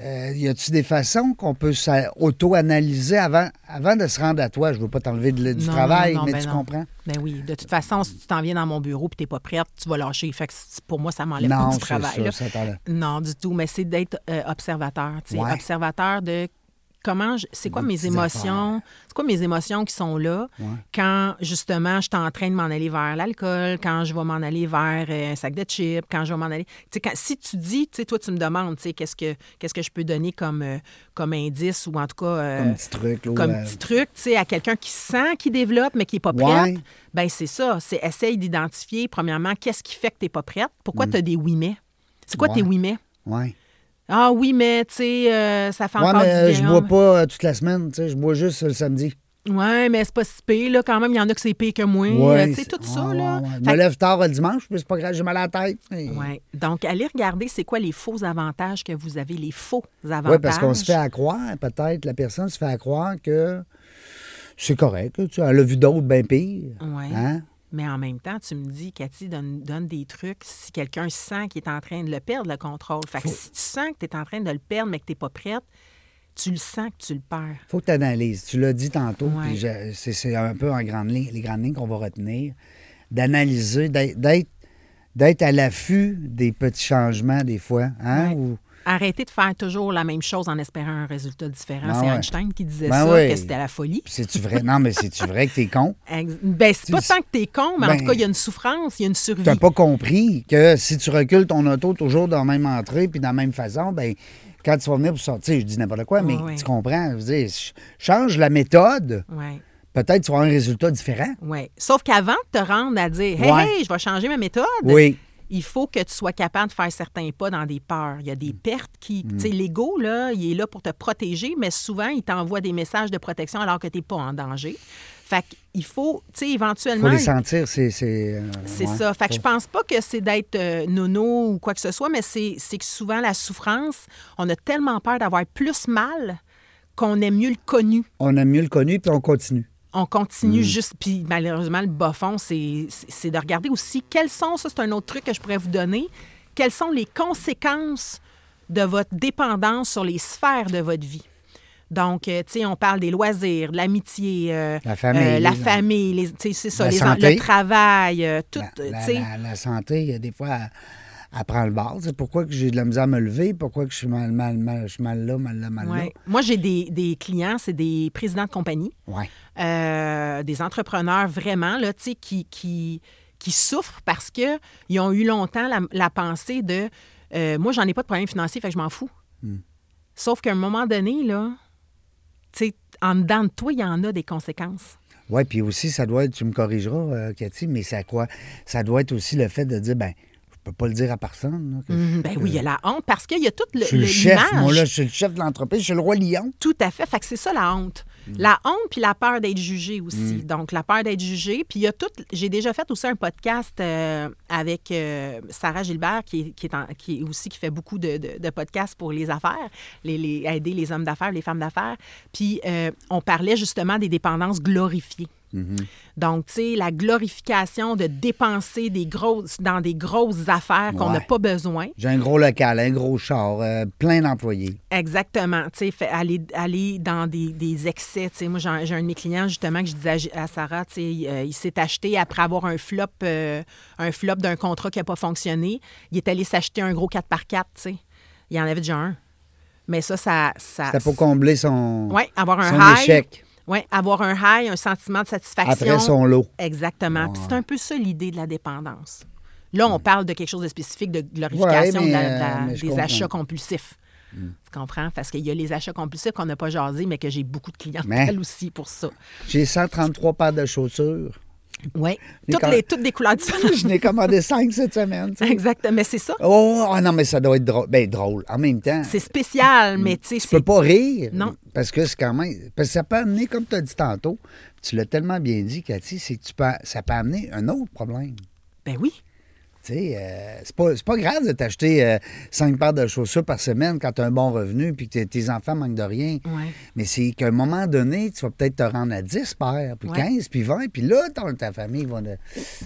euh, y a-tu des façons qu'on peut s'a- auto-analyser avant, avant de se rendre à toi? Je veux pas t'enlever de- du
Non,
travail,
non, non,
mais
ben
tu
non.
comprends?
Ben oui. De toute façon, si tu t'en viens dans mon bureau et tu n'es pas prête, tu vas lâcher. Fait que c'est- pour moi, ça m'enlève
Non,
pas du
c'est
travail.
ça,
là. Euh,
ça t'enlève.
non, du tout. Mais c'est d'être euh, observateur. tu sais.
Ouais.
Observateur de comment je- c'est quoi
Des
mes
petites
émotions? C'est quoi mes émotions qui sont là quand justement je suis en train de m'en aller vers l'alcool, quand je vais m'en aller vers euh, un sac de chips, quand je vais m'en aller. tu sais, quand- si tu dis, tu sais, toi tu me demandes, tu sais, qu'est-ce que qu'est-ce que je peux donner comme, euh, comme indice ou en tout cas euh,
Comme petit truc. là,
comme
euh,
petit truc, tu sais, à quelqu'un qui sent qu'il développe, mais qui n'est pas
Ouais.
prête, ben c'est ça. C'est essaye d'identifier, premièrement, qu'est-ce qui fait que tu n'es pas prête. Pourquoi tu as des oui mais? C'est quoi
Mm. Ouais.
tes oui mais?
Ouais.
Ah oui, mais tu sais, euh, ça fait
Ouais,
encore
mais euh,
du hein?
je
bien.
bois pas euh, toute la semaine, tu sais, je bois juste euh, le samedi.
Ouais, mais c'est pas si pire, là, quand même. Il y en a que c'est pire que moi.
Ouais,
euh, tu sais,
c'est-
tout ça,
ouais,
là.
ouais, ouais. Je
Fait
me lève tard le dimanche, mais c'est pas grave, j'ai mal à la tête.
que- Ouais. Donc, allez regarder c'est quoi les faux avantages que vous avez, les faux avantages.
Oui, parce qu'on se fait accroire, peut-être, la personne se fait accroire que c'est correct. là, Tu sais, elle a vu d'autres bien pires.
Ouais.
Hein?
Mais en même temps, tu me dis, Cathy, donne, donne des trucs si quelqu'un sent qu'il est en train de le perdre, le contrôle. Fait que si tu sens que tu es en train de le perdre, mais que tu n'es pas prête, tu le sens que tu le perds.
faut que tu analyses. Tu l'as dit tantôt,
Ouais.
puis je- c'est, c'est un peu en grande ligne, les grandes lignes qu'on va retenir. D'analyser, d'être- d'être, d'être à l'affût des petits changements des fois. Hein?
Ouais.
ou-
Arrêtez de faire toujours la même chose en espérant un résultat différent.
Ben
c'est
ouais.
Einstein qui disait
Ben
ça,
ouais.
que c'était la folie.
Puis c'est-tu vrai? Non, mais c'est-tu vrai que t'es con?
Ex- Ben, c'est pas
C'est-
tant que t'es con, mais en
Ben-
tout cas, il y a une souffrance, il y a une survie.
T'as pas compris que si tu recules ton auto toujours dans la même entrée puis dans la même façon, ben quand tu vas venir pour sortir, je dis n'importe quoi, mais
Ouais, ouais.
tu comprends. Je veux dire, ch- change la méthode,
Ouais.
peut-être tu vas avoir un résultat différent.
ouais. Sauf qu'avant de te rendre à dire, hey,
Ouais.
hey, je vais changer ma méthode,
Oui.
il faut que tu sois capable de faire certains pas dans des peurs. Il y a des
Mm.
pertes qui. Tu sais, l'ego, là, il est là pour te protéger, mais souvent, il t'envoie des messages de protection alors que tu n'es pas en danger. Fait qu'il faut, tu sais,
Faut
éventuellement.
les sentir, c'est. C'est, euh,
C'est
ouais.
ça. Fait que je pense pas que c'est d'être euh, nono ou quoi que ce soit, mais c'est c'est que souvent la souffrance, on a tellement peur d'avoir plus mal qu'on aime mieux le connu.
On a mieux le connu puis on continue.
On
Mm.
continue juste. Puis malheureusement, le bas fond, c'est c'est- c'est de regarder aussi quels sont, ça c'est un autre truc que je pourrais vous donner, quelles sont les conséquences de votre dépendance sur les sphères de votre vie. Donc, euh, tu sais, on parle des loisirs, de l'amitié, euh,
La famille.
euh, la
les-
famille, les- tu sais, c'est ça,
La
les en-
santé.
le travail, euh, tout,
La,
euh,
la-
tu sais.
la- la santé, euh, des fois, elle, elle prend le bord. C'est pourquoi que j'ai de la misère à me lever, pourquoi que je suis mal, mal, mal, je suis mal là, mal là, mal
Ouais. Moi, j'ai des, des clients, c'est des présidents de compagnie,
là. Ouais.
euh, des entrepreneurs vraiment là, tu sais, qui, qui, qui souffrent parce que ils ont eu longtemps la, la pensée de euh, moi, j'en ai pas de problème financier, fait que je m'en fous.
Hmm.
Sauf qu'à un moment donné, là, tu sais, en dedans de toi, il y en a des conséquences.
Oui, puis aussi, ça doit être, tu me corrigeras, euh, Cathy, mais ça quoi? Ça doit être aussi le fait de dire, ben, je peux pas le dire à personne. là, que je-
Ben oui, il y a la honte parce qu'il y a toute le-
Mmh. je suis le,
le-
chef, moi, là,
l'image.
je suis le chef de l'entreprise, je suis le roi lion.
Tout à fait. Fait que c'est ça la honte. La honte puis la peur d'être jugé aussi. Donc la peur d'être jugé. Puis il y a tout. J'ai déjà fait aussi un podcast euh, avec euh, Sarah Gilbert qui est, qui est en- qui est aussi qui fait beaucoup de, de- de podcasts pour les affaires, les, les- aider les hommes d'affaires, les femmes d'affaires. Puis euh, on parlait justement des dépendances glorifiées. Donc, tu sais, la glorification de dépenser des grosses, dans des grosses affaires qu'on n'a
Ouais.
pas besoin.
J'ai un gros local, un gros char, euh, plein d'employés.
Exactement. Tu sais, fait- aller, aller dans des, des excès. Tu sais, moi, j'en- j'ai un de mes clients, justement, que je disais à, à Sarah, tu sais, euh, il s'est acheté après avoir un flop, euh, un flop d'un contrat qui n'a pas fonctionné. Il est allé s'acheter un gros 4x4, tu sais. Il y en avait déjà un. Mais ça, ça... ça
C'était pour combler son,
Ah, Ouais, avoir un
son
high.
échec.
Oui, avoir un high, un sentiment de satisfaction.
Après son lot.
Exactement. Puis c'est un peu ça l'idée de la dépendance. Là, on parle de quelque chose de spécifique, de glorification
Ouais, mais,
de la- de la-
euh, mais je
des
comprends. Mm.
achats compulsifs. Tu comprends? Parce qu'il y a les achats compulsifs qu'on n'a pas jasé, mais que j'ai beaucoup de clients
Mais-
aussi pour ça.
J'ai 133 paires de chaussures.
Oui.
Mais
Toutes,
quand-
les, toutes des couleurs différentes.
Je n'ai commandé 5 cette semaine. tu sais.
Exactement. Mais c'est ça.
Oh, ah non, mais ça doit être drôle. Ben, drôle. En même temps,
C'est spécial, mais tu sais,
Mm. tu peux
c'est
pas rire.
Non.
Parce que c'est quand même. Parce que ça peut amener, comme tu as dit tantôt, tu l'as tellement bien dit, Cathy, c'est que tu peux- ça peut amener un autre problème.
Ben oui.
Tu sais, euh, c'est pas, c'est pas grave de t'acheter euh, cinq paires de chaussures par semaine quand tu as un bon revenu puis que tes- tes enfants manquent de rien.
Ouais.
Mais c'est qu'à un moment donné, tu vas peut-être te rendre à 10 paires, puis
Ouais.
15, puis 20, puis là, ton- ta famille va... De...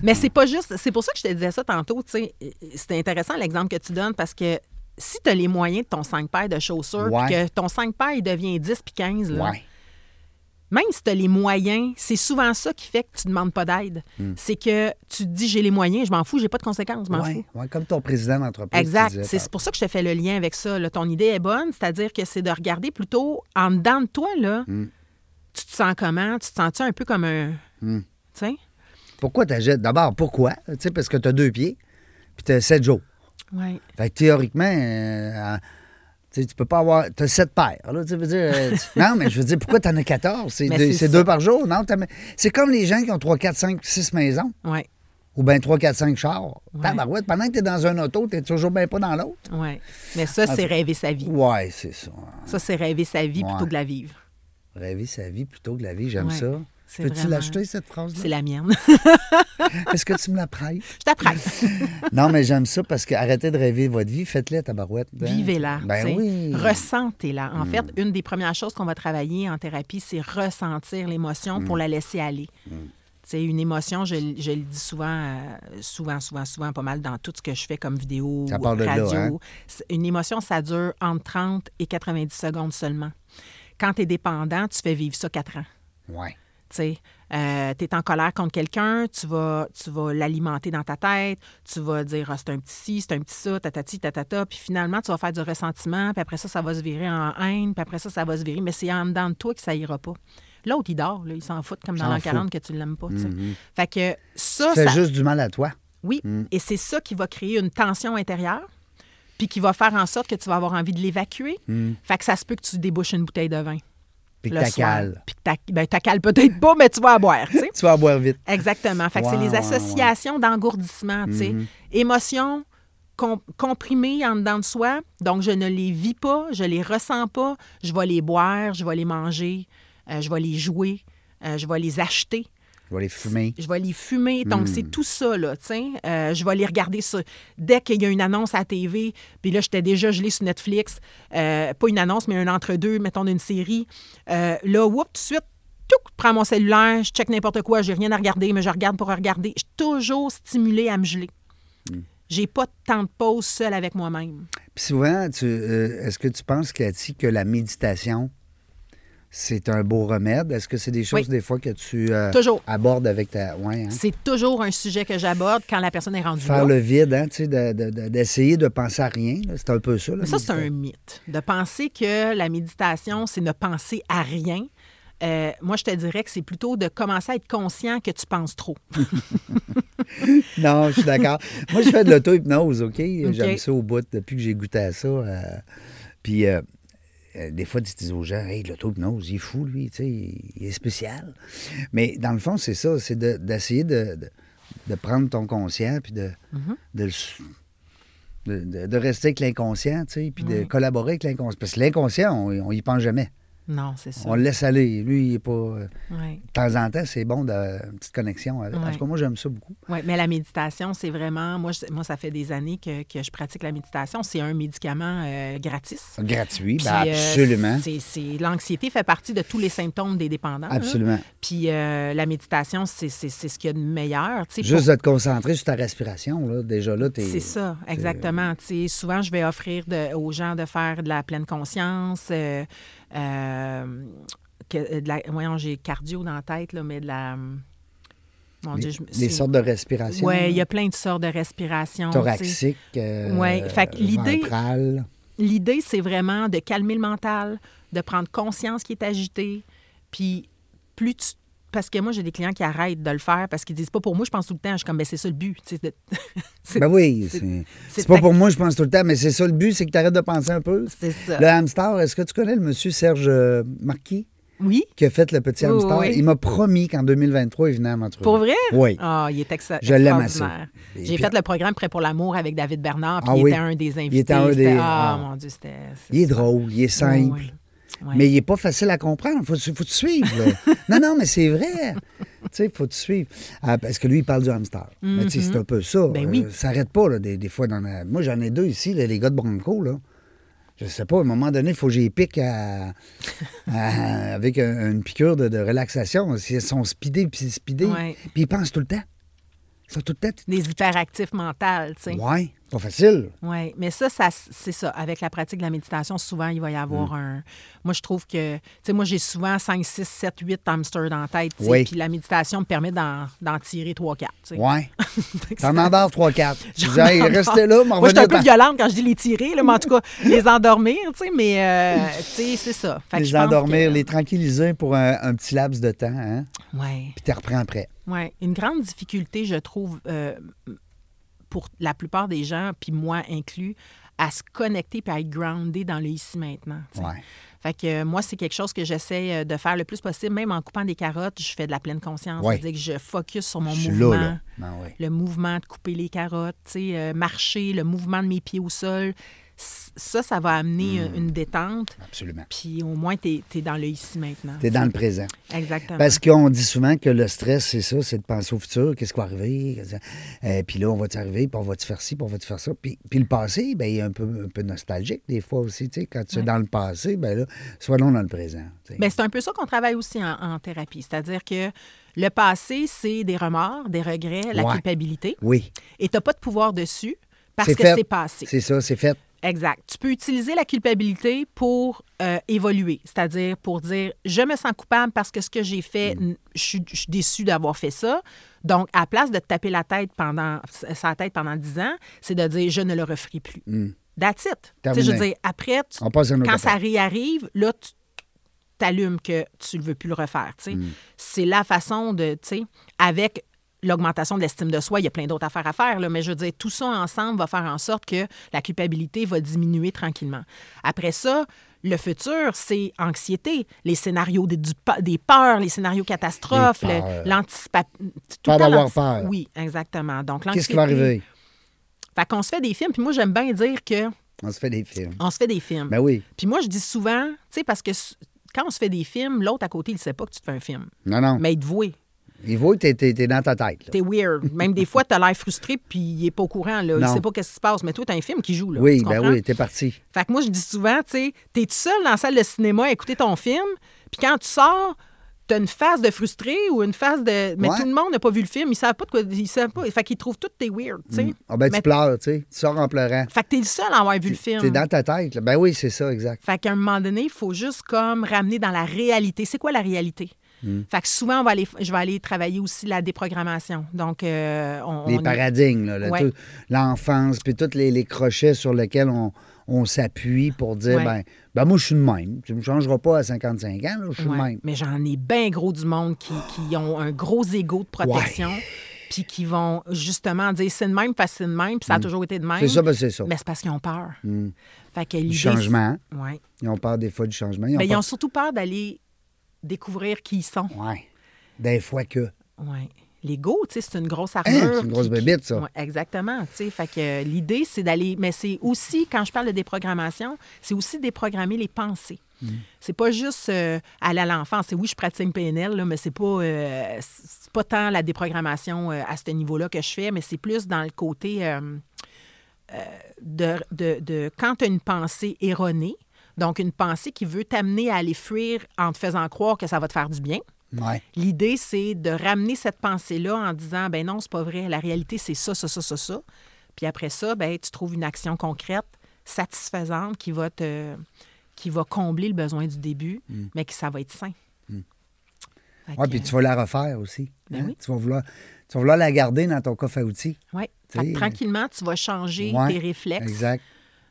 Mais c'est pas juste. C'est pour ça que je te disais ça tantôt. tu sais. euh, C'est intéressant l'exemple que tu donnes parce que si tu as les moyens de ton 5 paires de chaussures, puis
Ouais.
que ton 5 paires il devient 10 puis 15, là,
Ouais.
même si tu as les moyens, c'est souvent ça qui fait que tu demandes pas d'aide. C'est que tu te dis j'ai les moyens, je m'en fous, j'ai pas de conséquences, je m'en
Hmm. Ouais,
fous.
ouais, comme ton président d'entreprise. tu
Exact.
disais,
C'est pour ça que je te fais le lien avec ça. là. Ton idée est bonne, c'est-à-dire que c'est de regarder plutôt en dedans de toi, là,
Hmm.
tu te sens comment? Tu te sens-tu un peu comme un.
Hmm.
Tu sais?
Pourquoi t'achètes? D'abord, pourquoi? Tu sais, parce que t'as deux pieds, puis t'as sept jours.
Oui.
Fait que théoriquement, euh, en- tu sais, tu peux pas avoir... T'as sept paires, là, tu veux dire... euh, tu- non, mais je veux dire, pourquoi t'en as 14? C'est
Mais
deux,
c'est
c'est
ça.
deux par jour, non? t'as- C'est comme les gens qui ont 3, 4, 5, 6 maisons,
Oui.
ou bien 3, 4, 5 chars.
Ouais.
Tabarouette, pendant que t'es dans un auto, t'es toujours bien pas dans l'autre.
Oui. Mais ça,
Ah,
c'est rêver sa vie.
Ouais, c'est ça.
Ça, c'est rêver sa vie
Ouais.
plutôt que la vivre.
Rêver sa vie plutôt que la vie, j'aime
Ouais,
ça.
c'est
Peux-tu
vraiment-
l'acheter, cette
C'est
phrase-là?
la mienne.
Est-ce que tu me la prêtes?
je t'apprends.
non, mais j'aime ça parce que arrêtez de rêver votre vie, faites-la, tabarouette. hein.
Vivez-la. tu
Ben
sais.
oui. Hmm.
Ressentez-la. En fait, une des premières choses qu'on va travailler en thérapie, c'est ressentir l'émotion
Hmm.
pour la laisser aller. Tu sais, une émotion, je, l- je le dis souvent, euh, souvent, souvent, souvent, pas mal dans tout ce que je fais comme vidéo,
Ça part de là,
radio.
hein?
C'est- Une émotion, ça dure entre 30 et 90 secondes seulement. Quand tu es dépendant, tu fais vivre ça 4 ans.
Ouais.
Tu sais, tu es en colère contre quelqu'un, tu vas, tu vas l'alimenter dans ta tête, tu vas dire Ah, c'est un petit ci, c'est un petit ça, tatati, tatata, puis finalement, tu vas faire du ressentiment, puis après ça, ça va se virer en haine, puis après ça, ça va se virer, mais c'est en dedans de toi que ça ira pas. L'autre, il dort, là, il s'en fout comme dans
S'en
l'an
fout.
40 que tu l'aimes pas. tu sais. Fait que ça,
Fais
ça
juste Mm. du mal à toi.
oui, et c'est ça qui va créer une tension intérieure, puis qui va faire en sorte que tu vas avoir envie de l'évacuer. Fait que ça se peut que tu débouches une bouteille de vin.
Mm. Puis que
le soir.
t'accales.
Puis que t'ac- ben, t'accales peut-être pas, mais tu vas à boire, tu sais.
Tu vas boire vite.
Exactement. Fait que
Ouais,
c'est
ouais, Mm-hmm.
les associations d'engourdissement, tu sais. Émotions com- comprimées en dedans de soi. Donc, je ne les vis pas, je les ressens pas. Je vais les boire, je vais les manger, euh, je vais les jouer, euh, je vais les acheter,
Je vais les fumer.
je vais les fumer. Donc,
Hmm.
c'est tout ça, là, tu sais. Euh, je vais les regarder sur- dès qu'il y a une annonce à la TV. Puis là, j'étais déjà gelée sur Netflix. Euh, pas une annonce, mais un entre-deux, mettons, d'une série. Euh, là, whoop, tout de suite, touc, je prends mon cellulaire, je check n'importe quoi, j'ai rien à regarder, mais je regarde pour regarder. Je suis toujours stimulée à me geler.
Hmm.
J'ai pas de temps de pause seule avec moi-même.
Puis souvent, tu, euh, est-ce que tu penses, Cathy, que la méditation, c'est un beau remède? Est-ce que c'est des choses,
Oui.
des fois, que tu euh,
Toujours.
abordes avec ta... Ouais, hein?
C'est toujours un sujet que j'aborde quand la personne est rendue
Faire
là.
le vide, hein, tu sais, de- de- de- d'essayer de, penser à rien. là. C'est un peu ça. la
Mais ça, c'est un
méditation.
mythe. De penser que la méditation, c'est ne penser à rien. Euh, moi, je te dirais que c'est plutôt de commencer à être conscient que tu penses trop.
Non, je suis d'accord. Moi, je fais de l'auto-hypnose, OK? J'aime
OK.
ça au bout depuis que j'ai goûté à ça. euh, Puis, euh, euh, des fois, tu dis aux gens, hey, l'auto-hypnose, il est fou, lui, tu sais, il est spécial. Mais dans le fond, c'est ça, c'est de- d'essayer de, de, de prendre ton conscient, puis de,
Mm-hmm.
de le sou- de, de- de rester avec l'inconscient, tu sais, puis de collaborer avec l'inconscient. Parce que l'inconscient, on, on y pense jamais.
Non, c'est ça.
On le laisse aller. Lui, il est pas. euh,
Ouais.
De temps en temps, c'est bon d'avoir une petite connexion avec. En
Ouais.
tout cas, moi, j'aime ça beaucoup.
Oui, mais la méditation, c'est vraiment. Moi, je- moi, ça fait des années que, que je pratique la méditation. C'est un médicament euh, gratis.
Gratuit, ben,
Puis, euh,
absolument.
c'est- c'est- L'anxiété fait partie de tous les symptômes des dépendants. là.
Absolument.
Puis euh, la méditation, c'est c'est- c'est ce qu'il y a de meilleur. tu sais, pour-
Juste de te concentrer sur ta respiration, là, déjà là, t'es...
C'est ça, exactement. Tu sais, souvent, je vais offrir de- aux gens de faire de la pleine conscience. euh, euh, que, de la, voyons, j'ai cardio dans la tête, là, mais de la. Mon
Des,
Dieu, je me-
des
c'est-
sortes de respiration.
Ouais, il y a plein de sortes de respiration. tu sais.
Thoraxique, euh,
Ouais, fait que l'idée-
ventrale.
L'idée, c'est vraiment de calmer le mental, de prendre conscience qui est agité, puis plus tu parce que moi, j'ai des clients qui arrêtent de le faire parce qu'ils disent pas pour moi, je pense tout le temps. Je suis comme, ben, c'est ça le but. tu sais, de- c'est-
Ben oui, c'est- c'est pas
ta-
pour moi, je pense tout le temps, mais c'est ça le but, c'est que tu arrêtes de penser un peu.
C'est ça.
Le hamster, est-ce que tu connais le monsieur Serge euh, Marquis
Oui,
qui a fait le petit
Oui,
hamster?
oui.
Il m'a promis qu'en 2023, il venait à m'entrevue.
pour vrai?
Oui.
Ah, il est exa-
Je l'aime
extraordinaire.
assez. Et
J'ai
puis-
fait le programme Prêt pour l'amour avec David Bernard, puis
Ah
il
oui.
était un des invités.
Il était un des-
C'était- Ah,
ah.
mon Dieu, c'était. c'est
Il est
super.
drôle, il est simple.
Ouais, ouais.
Mais il n'est pas facile à comprendre. Faut, faut te suivre. là. non, non, mais c'est vrai. Tu sais, faut te suivre. Ah, parce que lui, il parle du hamster. Mais tu sais, c'est un peu ça. Euh,
Ben oui.
ça n'arrête pas, là, des, des fois. Dans la- Moi, j'en ai deux ici, là, les gars de Bronco. Là. Je sais pas, à un moment donné, il faut que j'y pique à- à- avec un- une piqûre de, de relaxation. Ils sont speedés, puis speedés.
Ouais.
Puis ils pensent tout le temps. Ils sont tout le temps.
Des hyperactifs mentaux, tu sais.
Ouais, pas facile.
Oui, mais ça, ça c'est ça. Avec la pratique de la méditation, souvent, il va y
Mm.
avoir un. Moi, je trouve que. Tu sais, moi, j'ai souvent 5, 6, 7, 8 hamsters dans la tête. tu sais,
Oui.
Puis la méditation me permet d'en d'en tirer 3, 4.
Ouais. T'en endors 3-4. Tu dis, hey, restez
restait
là, m'en
Moi, je suis un peu
revenez-t'en.
violente quand je dis les tirer, là, mais en tout cas, les endormir, tu sais, mais euh, tu sais, c'est ça. Fait que je
les
pense
endormir,
que-
les tranquilliser pour un, un petit laps de temps, hein?
Ouais.
puis tu reprends après.
Oui, une grande difficulté, je trouve, euh, pour la plupart des gens, puis moi inclus, à se connecter puis à être groundé dans le ici maintenant. tu sais.
Ouais.
Fait que euh, moi, c'est quelque chose que j'essaie euh, de faire le plus possible. Même en coupant des carottes, je fais de la pleine conscience.
Ouais.
C'est-à-dire que je focus sur mon
Je suis
mouvement.
là, là. Ben oui.
Le mouvement de couper les carottes, tu sais, euh, marcher, le mouvement de mes pieds au sol. C- Ça, ça va amener
Hmm.
euh, une détente.
Absolument.
Puis au moins, tu es, dans le ici maintenant.
Tu es dans le présent.
Exactement.
Parce qu'on dit souvent que le stress, c'est ça, c'est de penser au futur, qu'est-ce qui va arriver, et puis là, on va-tu arriver, puis on va-tu faire ci, puis on va-tu faire ça. Puis, puis le passé, ben, il est un peu, un peu nostalgique des fois aussi, tu sais, quand tu es dans le passé, ben là, sois non dans le présent. tu sais.
Ben, c'est un peu ça qu'on travaille aussi en, en thérapie. C'est-à-dire que le passé, c'est des remords, des regrets, la
Ouais.
culpabilité.
oui,
Et tu n'as pas de pouvoir dessus parce
c'est
que
fait.
c'est passé.
C'est ça, c'est fait.
Exact. Tu peux utiliser la culpabilité pour euh, évoluer, c'est-à-dire pour dire je me sens coupable parce que ce que j'ai fait, n- je suis- je suis déçu d'avoir fait ça. Donc, à place de te taper la tête pendant sa tête pendant 10 ans, c'est de dire je ne le referai plus. That's it. Tu sais, Je veux
Terminé.
dire, après, tu-
On passe à une autre
quand ça
affaire.
réarrive, là, tu t'allumes que tu ne veux plus le refaire. tu sais.
Mm.
C'est la façon de, tu sais, avec l'augmentation de l'estime de soi, il y a plein d'autres affaires à faire, là, mais je veux dire, tout ça ensemble va faire en sorte que la culpabilité va diminuer tranquillement. Après ça, le futur, c'est anxiété, les scénarios des, du pa- des peurs, les scénarios catastrophes,
Les peurs.
l'anticipation.
Peur d'avoir peur.
Oui, exactement. Donc,
Qu'est-ce qui va
l'anxiété-
arriver?
Fait qu'on se fait des films, puis moi, j'aime bien dire que
On se fait des films.
on se fait des films.
Ben oui.
Puis moi, je dis souvent, tu sais, parce que s- quand on se fait des films, l'autre à côté, il sait pas que tu te fais un film.
Non, non.
Mais il te voit.
Il vaut, t'es t'es- t'es dans ta tête. là.
T'es weird. Même des fois, t'as l'air frustré, puis il est pas au courant, là. Il
Non.
sait pas qu'est-ce qui se passe. Mais toi, t'as un film qui joue, là.
Oui,
Tu
ben
comprends?
oui, t'es parti.
Fait que moi, je dis souvent, tu sais, t'es tout seul dans la salle de cinéma à écouter ton film, puis quand tu sors, t'as une phase de frustré ou une phase de. Mais
Ouais.
tout le monde n'a pas vu le film, ils savent pas de quoi. Ils savent pas. Fait qu'ils trouvent tout tes weird, tu sais.
Ah ben,
Mais-
tu pleures, tu sais. Tu sors en pleurant.
Fait que t'es le seul à avoir vu le film.
T'es dans ta tête. là. Ben oui, c'est ça, exact.
Fait qu'à un moment donné, il faut juste comme ramener dans la réalité. C'est quoi la réalité?
Hmm.
Fait que souvent, on va aller, je vais aller travailler aussi la déprogrammation. Donc, euh, on,
Les
on est-
paradigmes, là, le
Ouais.
tout- l'enfance, puis tous les, les crochets sur lesquels on, on s'appuie pour dire,
Ouais.
ben, ben moi, je suis de même. Tu ne me changeras pas à 55 ans, là, je suis
Ouais.
de même.
Mais j'en ai bien gros du monde qui, qui ont un gros ego de protection, puis qui vont justement dire c'est de même, parce que c'est de même, puis ça a toujours été de même.
Hmm. C'est ça, ben, c'est ça.
Mais c'est parce qu'ils ont peur. Fait que
Du
l'idée,
changement.
c'est- Ouais.
Ils ont peur des fois du changement. Ils ont
Mais ils
peur-
ont surtout peur d'aller découvrir qui ils sont.
Ouais. Des fois que.
Ouais. L'ego, tu sais, c'est une grosse armure.
Hein, c'est une grosse
qui- qui-
bébite, ça.
Ouais, exactement. tu sais. Fait que euh, l'idée, c'est d'aller. Mais c'est aussi, quand je parle de déprogrammation, c'est aussi déprogrammer les pensées.
Mm.
C'est pas juste euh, aller à l'enfance. C'est oui, je pratique une PNL, là, mais c'est pas, euh, c'est pas tant la déprogrammation euh, à ce niveau-là que je fais, mais c'est plus dans le côté euh, euh, de, de- de- quand tu as une pensée erronée, donc une pensée qui veut t'amener à aller fuir en te faisant croire que ça va te faire du bien.
Ouais.
L'idée, c'est de ramener cette pensée-là en disant ben non, c'est pas vrai, la réalité, c'est ça, ça, ça, ça, ça. Puis après ça, ben, tu trouves une action concrète, satisfaisante, qui va te qui va combler le besoin du début, mais que ça va être sain. Fait
Hmm. Ouais,
que,
puis tu vas la refaire aussi.
Ben
hein.
oui.
tu, vas vouloir, tu vas vouloir la garder dans ton coffre à outils.
ouais. Fait que
sais,
tranquillement, tu vas changer
Ouais.
tes réflexes.
Exact.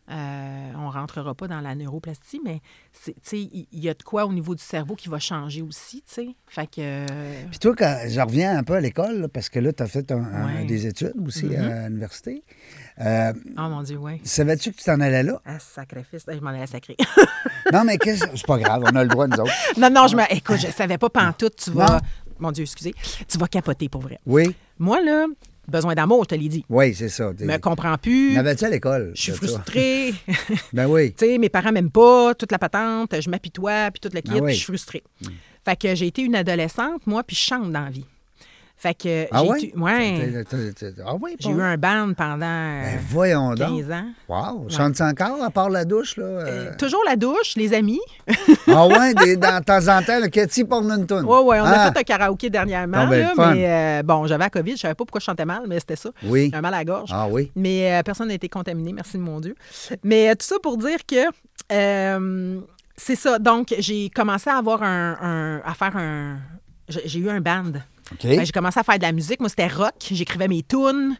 Euh, on ne rentrera pas dans la neuroplastie, mais c'est- tu sais, il il y, a de quoi au niveau du cerveau qui va changer aussi. tu sais. Fait que. euh,
Puis toi, quand je reviens un peu à l'école, là, parce que là, tu as fait un- un-
Ouais. Mm-hmm.
des études aussi à l'université. Euh,
Oh mon Dieu, oui.
Savais-tu que tu t'en allais là?
Ah, sacrifice. Je m'en allais à sacré.
Non, mais qu'est-ce... c'est pas grave, on a le droit, nous autres.
non, non, je me. Écoute, je savais pas pantoute. Tu
Non.
vas. Mon Dieu, excusez. Tu vas capoter pour vrai.
Oui,
Moi, là, besoin d'amour, je te l'ai dit.
oui, c'est ça. T'es-
Me comprends plus.
N'avais-tu à l'école?
Je suis
de ça?
frustrée.
Ben oui.
Tu sais, mes parents m'aiment pas, toute la patente, je m'apitoie, puis toute le kit,
Ah oui.
puis je suis frustrée. Fait que j'ai été une adolescente, moi, puis je chante dans la vie. Fait que
Ah
j'ai
ouais?
été- ouais.
T'as- t'as- t'as- t'as- Ah oui,
J'ai
pas-
eu un band pendant
Ben voyons donc.
15 ans.
Wow, chante-tu encore à part la douche, là?
Euh,
euh?
toujours la douche, les amis.
ah ouais, des, dans, de temps en temps, le Cathy Pornington.
Oui, oui, on
Ah,
a fait un karaoké dernièrement.
Ah, ben,
là,
le fun.
mais euh, bon, j'avais la COVID, je savais pas pourquoi je chantais mal, mais c'était ça.
Oui.
Un mal à la gorge.
Ah oui.
Mais euh, personne n'a été contaminé, merci de mon Dieu. Mais euh, tout ça pour dire que euh, c'est ça. Donc, j'ai commencé à avoir un. un- à faire un. J'ai j'ai eu un band.
OK.
Ben, j'ai commencé à faire de la musique. Moi, c'était rock. J'écrivais mes tunes.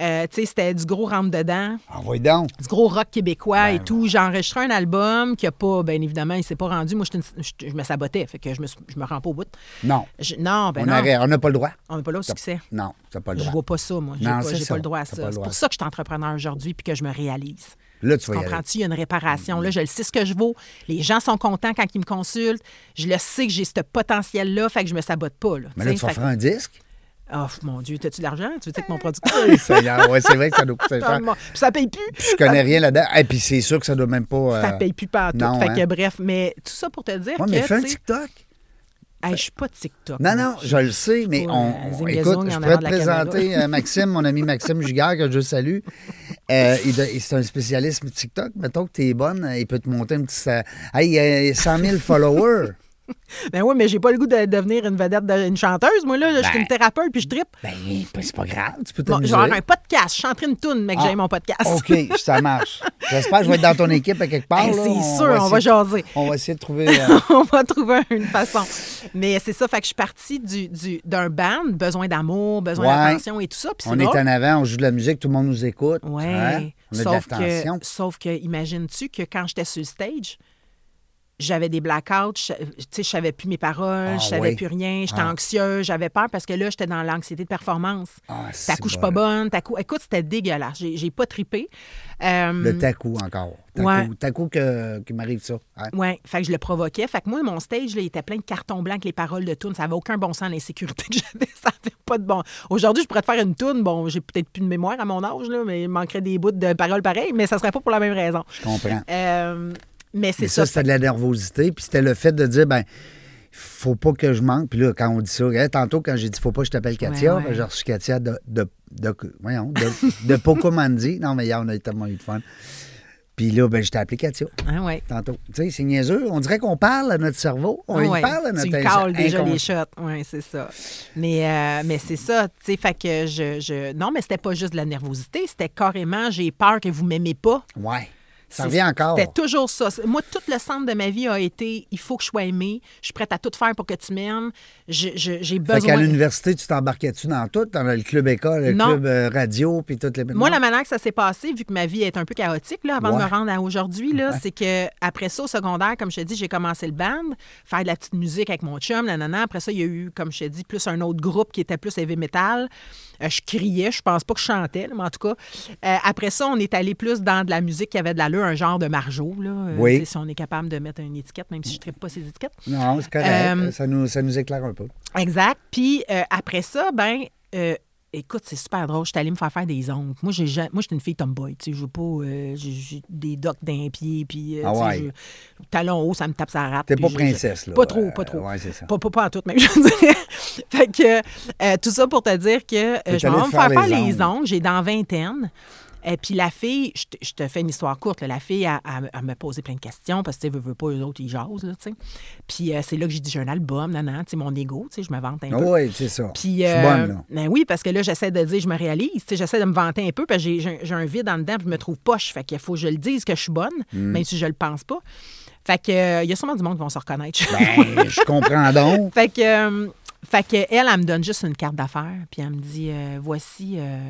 Euh, tu sais, c'était du gros rentre-dedans
Ah oui, donc.
du gros rock québécois
Ben
et tout. J'ai enregistré un album qui a pas, bien évidemment, il s'est pas rendu. Moi, j'étais une- je, je me sabotais, fait que je me, suis- je me rends pas au bout.
Non.
Je- non, ben
on
non,
arrête, on n'a pas le droit.
on n'est pas là au succès.
Non, t'as pas le
Je
droit.
vois pas ça, moi. J'ai
Non,
pas,
c'est
j'ai
ça.
pas le droit à
T'as pas
ça.
le
C'est
droit.
pour ça que je suis entrepreneur aujourd'hui puis que je me réalise.
Là, tu vas y aller. Mm-hmm.
Comprends-tu? Il y a une réparation. Là, je le sais ce que je vaux. Les gens sont contents quand ils me consultent. Je le sais que j'ai ce potentiel-là, fait que je me sabote pas. Là,
Mais là,
T'sais,
tu vas
fait que-
faire un disque.
Oh mon Dieu, t'as-tu de l'argent? Tu veux dire que mon producteur.
Seigneur, ouais, c'est vrai que ça doit coûter cher.
Puis ça paye plus.
Je connais rien là-dedans. Et puis c'est sûr que ça doit même pas.
Ça
euh,
paye plus partout.
non,
fait
hein.
que bref, mais tout ça pour te dire
Ouais, mais
que.
fais un
tu sais,
TikTok.
hey, je suis pas TikTok.
Non,
moi.
non, je le sais, mais
Ouais,
on,
euh, Zing
on- écoute,
Zong, il y
je
en
pourrais
a
te
de la caméra.
présenter euh, Maxime, mon ami Maxime Giguère, que je salue. Euh, il de- il- c'est un spécialiste TikTok. Mettons que tu es bonne, euh, il peut te monter un petit... sa- Hey, euh, 100 000 followers.
Ben oui, mais j'ai pas le goût de devenir une vedette, de- une chanteuse. Moi, là, je suis
Ben.
une thérapeute puis je tripe.
ben, c'est pas grave, tu peux
Bon,
t'amuser.
genre un podcast, je chanterai une toune, mais que
Ah,
j'ai mon podcast.
OK, ça marche. J'espère que je vais être dans ton équipe à quelque part.
Ben,
là.
c'est sûr, on va
essayer-
jaser.
On va essayer de trouver... euh,
on va trouver une façon. Mais c'est ça, fait que je suis partie du- du- d'un band, besoin d'amour, besoin
Ouais.
d'attention et tout ça. Puis c'est
on est
drôle.
en avant, on joue de la musique, tout le monde nous écoute.
Oui.
hein, On a
sauf,
de l'attention.
que, sauf que, imagines-tu que quand j'étais sur le stage, j'avais des blackouts, je, tu sais, je savais plus mes paroles,
Ah
je savais
oui.
plus rien, j'étais
Ah.
anxieuse, j'avais peur parce que là, j'étais dans l'anxiété de performance.
Ah,
ta
c'est
couche
bon.
pas bonne, ta cou... Écoute, c'était dégueulasse. J'ai, j'ai pas Euh, tripé.
Le tacou encore. Tacou,
Ouais.
tacou que, qui m'arrive ça. hein.
Oui, fait que je le provoquais. Fait que moi, mon stage, là, il était plein de cartons blancs avec les paroles de tunes. Ça n'avait aucun bon sens, l'insécurité que j'avais. Ça n'avait pas de bon. Aujourd'hui, je pourrais te faire une tune. Bon, j'ai peut-être plus de mémoire à mon âge, là, mais il manquerait des bouts de paroles pareilles, mais ça serait pas pour la même raison.
Je comprends.
Euh, mais c'est
Mais ça,
ça.
c'était de la nervosité. Puis c'était le fait de dire, ben faut pas que je manque. Puis là, quand on dit ça, regarde, tantôt, quand j'ai dit faut pas que je t'appelle Katia,
Ouais, ouais.
ben, j'ai reçu Katia de, de, de, voyons, de, de Pocomandi. Non, mais hier, on a eu tellement eu de fun. Puis là, ben, je t'ai appelé Katia
Hein, ouais.
tantôt. Tu sais, c'est niaiseux. On dirait qu'on parle à notre cerveau. On
Ah
lui
ouais,
parle à notre
tu lui
ins-
cales déjà
inconscient.
les shots. Oui, c'est ça. Mais, euh, mais c'est ça, tu sais, fait que je, je- Non, mais c'était pas juste de la nervosité, c'était carrément j'ai peur que vous m'aimez pas.
Ouais. Ça
C'est-
revient encore.
C'était toujours ça. C'est- Moi, tout le centre de ma vie a été il faut que je sois aimée, je suis prête à tout faire pour que tu m'aimes, je- je- j'ai
Fait qu'à
besoin.
l'université, tu t'embarquais-tu dans tout? Dans le club école, le
Non.
club euh, radio, puis toutes les...
Moi, la manière que ça s'est passé, vu que ma vie est un peu chaotique, là, avant
Ouais.
de me rendre à aujourd'hui, là, c'est que après ça, au secondaire, comme je te dis, j'ai commencé le band, faire de la petite musique avec mon chum, nanana. Après ça, il y a eu, comme je te dis, plus un autre groupe qui était plus heavy metal. Euh, je criais, je pense pas que je chantais, là, mais en tout cas. euh, après ça, on est allé plus dans de la musique qui avait de l'allure, un genre de margeau, là. euh,
Oui.
tu sais, Si on est capable de mettre une étiquette, même si je ne pas ces étiquettes.
Non, c'est correct.
Euh,
Ça, nous, ça nous éclaire un peu.
Exact. Puis euh, après ça, ben euh, écoute, c'est super drôle. Je suis allée me faire faire des ongles. Moi, j'ai ja- moi j'étais une fille tomboy. Tu sais, je veux pas. euh, j'ai- j'ai des docks d'un pied. Puis, euh,
Ah
tu sais,
ouais.
je- talons hauts, ça me tape sa rate.
T'es
puis
pas
je- je-
princesse, là.
Pas trop,
Euh,
pas trop.
ouais, c'est ça.
Pas, pas, pas en tout, même, je veux dire. fait que euh, tout ça pour te dire que euh,
T'es
je m'en
allée
vais me faire faire
les
les ongles. J'ai dans vingtaine. Et puis la fille, je te, je te fais une histoire courte, là. la fille a, a- a me posé plein de questions parce que tu sais, veux, veux pas, eux autres, ils jasent, là, tu sais. Puis euh, c'est là que j'ai dit, j'ai un album, non, non, tu sais, mon ego, tu sais, je me vante un peu.
oui, c'est ça.
Puis,
Ah je suis
euh,
bonne, là.
ben oui, parce que là, j'essaie de dire, je me réalise. Tu sais, J'essaie de me vanter un peu, parce que j'ai- j'ai j'ai un vide en dedans, puis je me trouve poche. Fait qu'il faut que je le dise que je suis bonne,
Hmm.
même si je le pense pas. Fait que, euh, il y a sûrement du monde qui vont se reconnaître.
Ben, je comprends donc.
fait que, euh, fait que elle, elle me donne juste une carte d'affaires, puis elle me dit, euh, voici euh,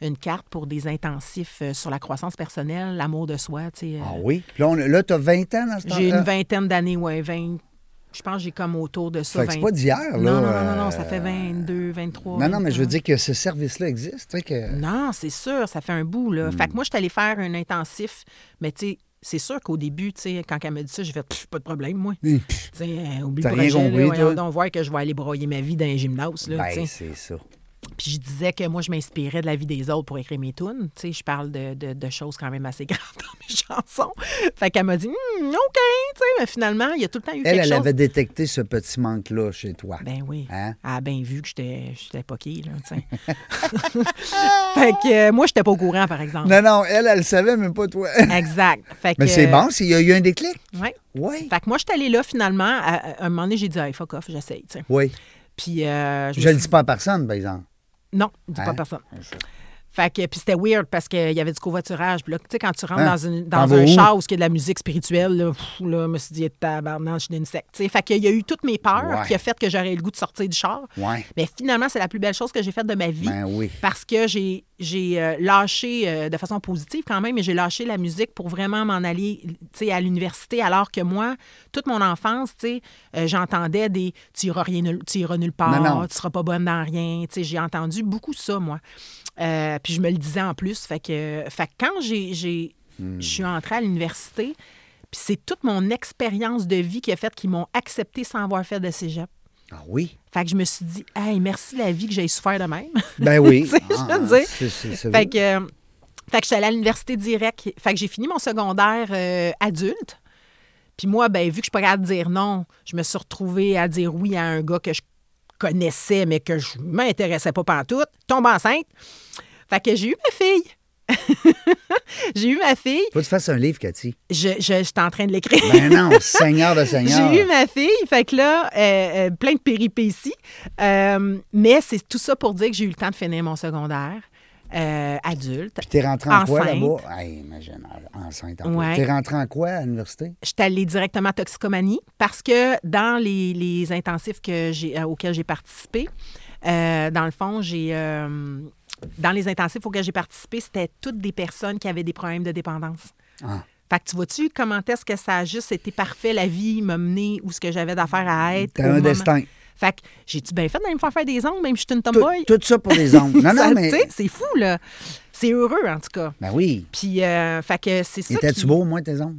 une carte pour des intensifs euh, sur la croissance personnelle, l'amour de soi. tu sais, euh,
Ah oui? Puis là, on- là tu as 20 ans dans ce temps-là?
J'ai une vingtaine d'années, ouais, 20. Je pense que j'ai comme autour de ça.
Fait que c'est
20.
pas d'hier, là.
Non, non, non, non, non,
euh,
ça fait 22, 23.
Non, non, mais je veux
25.
dire que ce service-là existe. tu sais, Que...
Non, c'est sûr, ça fait un bout, là.
Hmm.
Fait que moi, je suis allée faire un intensif, mais tu sais, c'est sûr qu'au début, tu sais, quand elle me dit ça, j'ai fait Pff, pas de problème, moi.
Hum,
Tu sais, euh, oublie
T'as
le
rien
projet,
compris,
là, voyons
toi?
donc voir que je vais aller broyer ma vie dans un gymnase, là, tu
Ben,
sais.
c'est ça.
Puis je disais que moi, je m'inspirais de la vie des autres pour écrire mes tunes. Tu sais, je parle de, de- de choses quand même assez grandes dans mes chansons. Fait qu'elle m'a dit, Hmm, OK, tu sais, mais finalement, il y a tout le temps eu
Elle,
quelque
elle
chose.
avait détecté ce petit manque-là chez toi.
Ben oui.
Hein?
Elle a bien vu que j'étais j'étais pas qui, là, tu sais. fait que euh, moi, j'étais pas au courant, par exemple.
Non, non, elle, elle le savait, mais pas toi.
Exact. Fait
mais
que-
c'est bon, s'il y a eu un déclic.
Ouais.
Oui.
Fait que moi, j'étais allée là, finalement. À, à un moment donné, j'ai dit, hey, fuck off, j'essaye, tu sais.
Oui.
Puis. euh,
Je
me
le
suis-
dis pas à personne, par exemple.
Non, dis pas
Hein?
à personne. Fait que, puis c'était weird parce qu'il y avait du covoiturage. Puis là, tu sais, quand tu rentres
Hein?
dans, une,
T'en
dans
vas
un
où?
char où il y a de la musique spirituelle, là, pff, là, je me suis dit, tabarnak, je suis une secte. Tu sais, fait qu'il y a eu toutes mes peurs
Ouais.
qui a fait que j'aurais le goût de sortir du char.
Ouais.
Mais finalement, c'est la plus belle chose que j'ai faite de ma vie.
Ben oui.
Parce que j'ai j'ai, euh, lâché euh, de façon positive quand même, mais j'ai lâché la musique pour vraiment m'en aller tu sais, à l'université, alors que moi, toute mon enfance, tu sais, euh, j'entendais des « tu iras, rien, nul- tu iras nulle part,
Non, non.
tu seras pas bonne dans rien ». Tu sais, J'ai entendu beaucoup ça, moi. Euh, puis je me le disais en plus. Fait que, fait que quand j'ai- j'ai-
Hmm.
je suis entrée à l'université, puis c'est toute mon expérience de vie qui a fait qu'ils m'ont accepté sans avoir fait de cégep.
Ah oui.
Fait que je me suis dit, hey, merci la vie que j'ai souffert de même.
Ben oui.
Tu sais, je
Ah,
veux dire.
c'est- c'est- c'est vrai.
fait que, euh, fait que je suis allée à l'université direct. Fait que j'ai fini mon secondaire euh, adulte. Puis moi, ben, vu que je suis pas capable de dire non, je me suis retrouvée à dire oui à un gars que je connaissais, mais que je m'intéressais pas pantoute. Tombe enceinte. Fait que j'ai eu ma fille. j'ai eu ma fille.
Faut que tu fasses un livre, Cathy.
Je, je- j'étais en train de l'écrire.
Ben non, Seigneur de Seigneur.
J'ai eu ma fille, fait que là, euh, euh, plein de péripéties. Euh, mais c'est tout ça pour dire que j'ai eu le temps de finir mon secondaire euh, adulte.
Puis t'es rentré en quoi
Enceinte.
là-bas? Hey, imagine, enceinte en plus.
Ouais.
T'es rentré en quoi à l'université?
Je suis allée directement à toxicomanie parce que dans les, les intensifs que j'ai, euh, auxquels j'ai participé, euh, dans le fond, j'ai. euh, dans les intensifs auxquels j'ai participé, c'était toutes des personnes qui avaient des problèmes de dépendance.
Ah.
Fait que tu vois-tu comment est-ce que ça a juste été parfait, la vie m'a mené où ce que j'avais d'affaire à être.
T'as
au
un
moment-
destin.
Fait que j'ai-tu bien fait d'aller me faire faire des ongles, même si je suis une
Tout,
tomboy?
tout ça pour des ongles. Non,
Ça,
non, mais.
tu sais, C'est fou, là. C'est heureux, en tout cas.
Ben oui.
Puis, euh, fait que c'est ça.
Étais-tu
qui-
beau, au moins, tes ongles?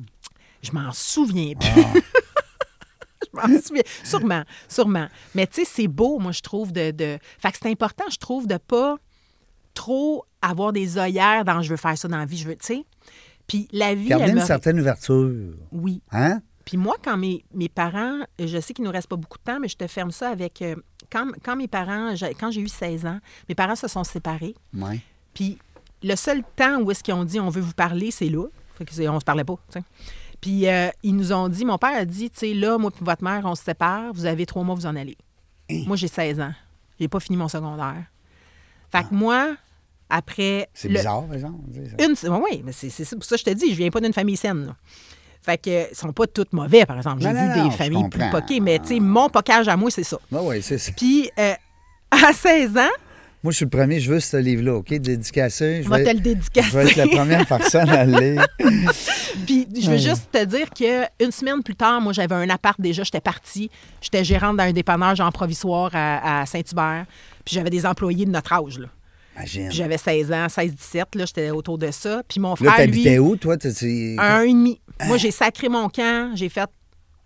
Je m'en souviens
Ah.
plus. je m'en souviens. Sûrement, sûrement. Mais tu sais, c'est beau, moi, je trouve, de, de- Fait que c'est important, je trouve, de pas trop avoir des œillères dans je veux faire ça dans la vie, je veux, tu sais. Puis la vie,
Garder
elle
une
me...
certaine ouverture.
Oui.
Hein?
Puis moi, quand mes, mes parents, je sais qu'il nous reste pas beaucoup de temps, mais je te ferme ça avec. euh, quand, quand mes parents, j'ai- quand j'ai eu 16 ans, mes parents se sont séparés.
Ouais.
Puis le seul temps où est-ce qu'ils ont dit on veut vous parler, c'est là. Fait que c'est- on se parlait pas. tu sais. Puis euh, ils nous ont dit, mon père a dit, tu sais, là, moi puis votre mère, on se sépare, vous avez trois mois, vous en allez.
Hein?
Moi, j'ai 16 ans. J'ai pas fini mon secondaire. Fait que moi, après.
Ah. C'est
le-
bizarre, par exemple. tu sais, ça.
une, oui, oui, mais c'est c'est ça- pour ça que je te dis, je viens pas d'une famille saine. là. Fait que euh, ils sont pas toutes mauvais, par exemple. J'ai
Non,
vu
non,
des
non, je
familles plus
comprends.
poquées, mais tu sais, mon poquage à moi, c'est ça.
Ben oui, c'est ça.
Puis euh, à 16 ans,
Moi, je suis le premier, je veux ce livre-là, OK? Dédicacé. Je
on va
vais,
te le dédicacer.
je vais être la première personne à le lire.
Puis je veux juste te dire que une semaine plus tard, moi j'avais un appart déjà, j'étais partie, j'étais gérante d'un dépanneur genre provisoire à, à Saint-Hubert, puis j'avais des employés de notre âge là.
Imagine.
Puis j'avais 16 ans, 16 17 là, j'étais autour de ça, puis mon
Là,
frère lui
t'habitais où, Ah. toi? T'as- tu-
un et demi. Moi j'ai sacré mon camp, j'ai fait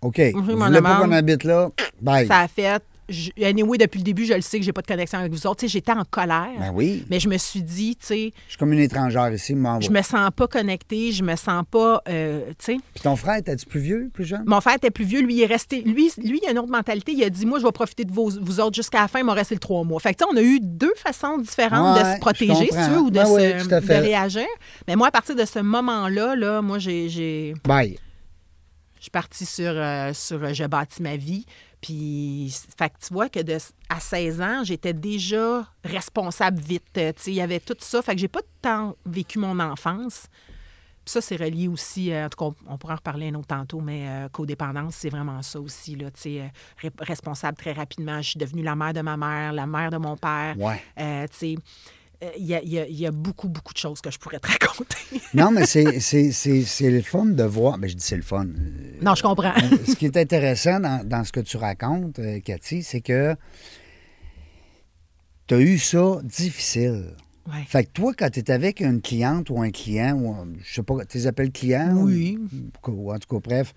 OK. Vous
mon
voulez pas
amende.
qu'on habite là? Bye.
ça a fait je- anyway depuis le début, je le sais que j'ai pas de connexion avec vous autres, tu sais j'étais en colère.
Ben oui.
Mais je me suis dit, tu sais,
Je suis comme une étrangère ici, m'en vais.
je me sens pas connectée, je me sens pas euh, tu sais
Puis ton frère, t'as-tu plus vieux, plus jeune?
Mon frère était plus vieux, lui, il est resté. Lui, lui, il a une autre mentalité. Il a dit Moi, je vais profiter de vos- vous autres jusqu'à la fin, il m'a resté le trois mois. Fait que, tu sais, on a eu deux façons différentes
Ouais,
de
je
se protéger, si
comprends.
tu veux, ou de,
Ben oui,
se-
tout à
de
fait.
réagir. Mais moi, à partir de ce moment-là, là, moi, j'ai. j'ai-
Bye.
Je suis partie sur, euh, sur euh, Je bâtis ma vie. Puis, fait que tu vois que de, à 16 ans, j'étais déjà responsable vite. Euh, Tu sais, il y avait tout ça. Fait que j'ai pas tant vécu mon enfance. Puis ça, c'est relié aussi, euh, en tout cas, on, on pourra en reparler un autre tantôt, mais euh, codépendance, c'est vraiment ça aussi, là, tu sais, euh, ré- responsable très rapidement. Je suis devenue la mère de ma mère, la mère de mon père.
Ouais.
Euh, tu sais, euh, il y, a, il y a- il y a beaucoup, beaucoup de choses que je pourrais te raconter.
Non, mais c'est- c'est c'est- c'est le fun de voir. Mais je dis c'est le fun. Euh,
non, je comprends.
ce qui est intéressant dans, dans ce que tu racontes, euh, Cathy, c'est que tu as eu ça difficile.
Ouais.
Fait que toi, quand tu es avec une cliente ou un client, ou un- je sais pas, tu les appelles clients?
Oui.
Ou, ou en tout cas, bref.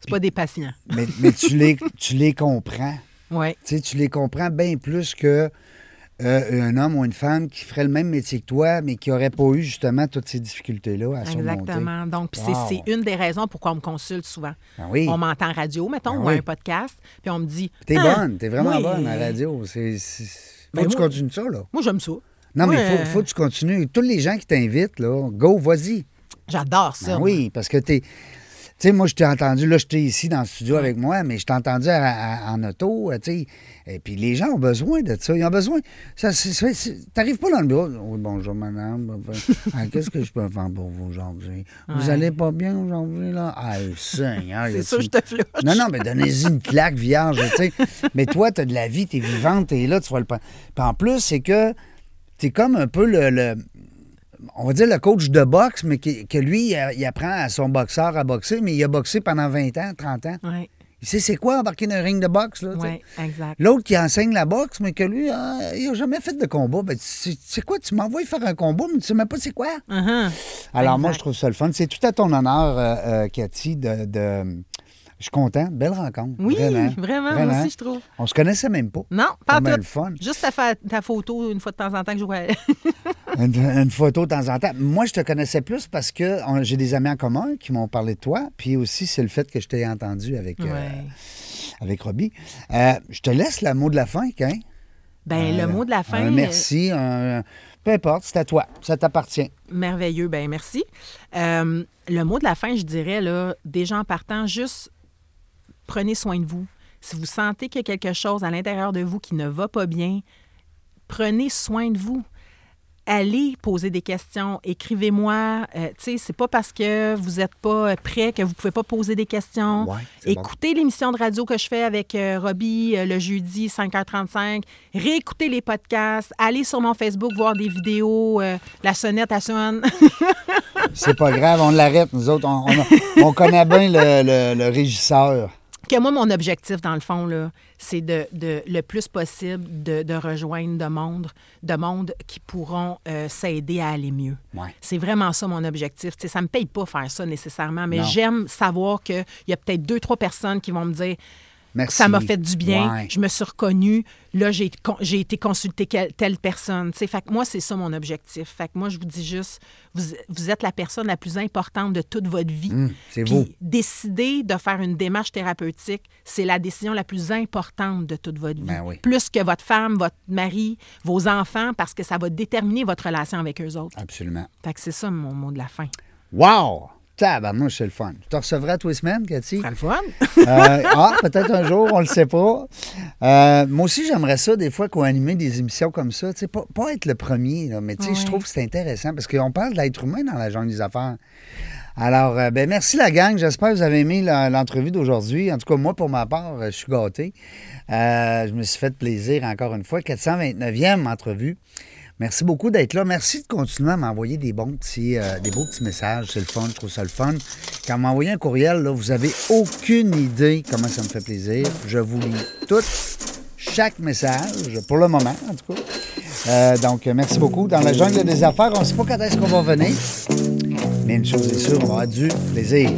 C'est pas des patients.
Mais, mais tu, les, tu les comprends.
Oui.
Tu sais, tu les comprends bien plus que euh, un homme ou une femme qui ferait le même métier que toi, mais qui n'aurait pas eu justement toutes ces difficultés-là à surmonter.
Exactement. Donc, puis
Wow.
c'est c'est une des raisons pourquoi on me consulte souvent.
Ah oui.
On m'entend en radio, mettons,
Ah
ou
oui.
un podcast, puis on me dit.
T'es
Ah,
bonne, t'es vraiment
oui.
bonne à la radio. C'est, c'est- Faut
Ben
que tu
moi-
continues ça, là.
Moi, j'aime ça.
Non, mais
Ouais.
faut, faut que tu continues. Tous les gens qui t'invitent, là, go, vas-y.
euh, J'adore ça.
Ben
moi.
oui, parce que t'es. Tu sais, moi, je t'ai entendu, là, j'étais ici dans le studio avec moi, mais je t'ai entendu à- à- en auto, euh, tu sais. Et puis les gens ont besoin de ça. Ils ont besoin. Ça, c'est- c'est- c'est- T'arrives pas dans le bureau. Oui, bonjour, madame. Ah, Qu'est-ce que je peux faire pour vous aujourd'hui? Vous
Ouais.
allez pas bien aujourd'hui, là? Ah, Seigneur. y
C'est
a-tu
sûr,
une-
je te flush.
non, non, mais donnez-y une claque vierge, tu sais. Mais toi, t'as de la vie, t'es vivante, t'es là, tu vas le prendre. Puis en plus, c'est que t'es comme un peu le, le- On va dire le coach de boxe, mais qui- que lui, il, a- il apprend à son boxeur à boxer, mais il a boxé pendant 20 ans, 30 ans.
Oui,
Il sait c'est quoi embarquer dans un ring de boxe, là, tu sais.
ouais, exact.
L'autre qui enseigne la boxe, mais que lui, ah, il n'a jamais fait de combat. Ben, tu sais tu sais quoi, tu m'envoies faire un combat, mais tu sais même pas c'est quoi.
Uh-huh.
Alors, moi,
Exact.
je trouve ça le fun. C'est tout à ton honneur, euh, euh, Cathy, de. de- Je suis content. Belle rencontre.
Oui,
vraiment.
vraiment, moi aussi, je trouve.
On se connaissait même pas.
Non, pas
Pas mal
tout.
le fun.
Juste ta, fa- ta photo une fois de temps en temps que je vois.
Une, une photo de temps en temps. Moi, je te connaissais plus parce que on- j'ai des amis en commun qui m'ont parlé de toi. Puis aussi, c'est le fait que je t'ai entendu avec, euh,
Ouais.
avec Robbie. Euh, je te laisse le mot de la fin, hein?
Ben, le mot de la fin.
Ah, Un
euh,
merci. un- Peu importe, c'est à toi. Ça t'appartient.
Merveilleux, ben merci. Euh, le mot de la fin, je dirais, là, déjà en partant, juste prenez soin de vous. Si vous sentez qu'il y a quelque chose à l'intérieur de vous qui ne va pas bien, prenez soin de vous. Allez poser des questions, écrivez-moi. Euh, tu sais, c'est pas parce que vous n'êtes pas euh, prêt que vous pouvez pas poser des questions.
Ouais, c'est bon.
Écoutez l'émission de radio que je fais avec euh, Robbie euh, le jeudi 5h35. Réécoutez les podcasts. Allez sur mon Facebook voir des vidéos. euh, la sonnette, à sonne.
C'est pas grave, on l'arrête, nous autres. On, on- on connaît bien le, le- le régisseur.
que moi, mon objectif, dans le fond, là, c'est de, de- le plus possible de, de rejoindre de monde, de monde qui pourront euh, s'aider à aller mieux.
Ouais.
C'est vraiment ça mon objectif. Ça ça me paye pas faire ça nécessairement, mais
Non.
j'aime savoir qu'il y a peut-être deux, trois personnes qui vont me dire
Merci.
ça m'a fait du bien,
Ouais.
je me suis reconnue, là, j'ai con- j'ai été consulter quel- telle personne. Tu sais, Fait que moi, c'est ça mon objectif. Fait que moi, je vous dis juste, vous, vous êtes la personne la plus importante de toute votre vie.
Hum, c'est
Puis,
beau.
décider de faire une démarche thérapeutique, c'est la décision la plus importante de toute votre vie.
Ben oui.
Plus que votre femme, votre mari, vos enfants, parce que ça va déterminer votre relation avec eux autres.
Absolument.
Fait que c'est ça mon mot de la fin.
Wow! Tabarnouche, c'est le fun. Je te recevrai tous les semaines, Cathy.
Ça le fun?
Euh, ah, peut-être un jour, on le sait pas. Euh, moi aussi, j'aimerais ça, des fois, qu'on anime des émissions comme ça. Tu sais, pas, pas être le premier, là, mais tu sais, je
Ouais.
trouve que c'est intéressant parce qu'on parle de l'être humain dans la jungle des affaires. Alors, euh, ben, merci la gang. J'espère que vous avez aimé la- l'entrevue d'aujourd'hui. En tout cas, moi, pour ma part, euh, je suis gâté. Euh, je me suis fait plaisir encore une fois. 429e entrevue. Merci beaucoup d'être là. Merci de continuer à m'envoyer des bons petits, euh, des beaux petits messages. C'est le fun, je trouve ça le fun. Quand vous m'envoyez un courriel, là, vous avez aucune idée comment ça me fait plaisir. Je vous lis toutes chaque message, pour le moment, en tout cas. Euh, donc, euh, merci beaucoup. Dans la jungle des affaires, on ne sait pas quand est-ce qu'on va venir, mais une chose est sûre, on va avoir du plaisir.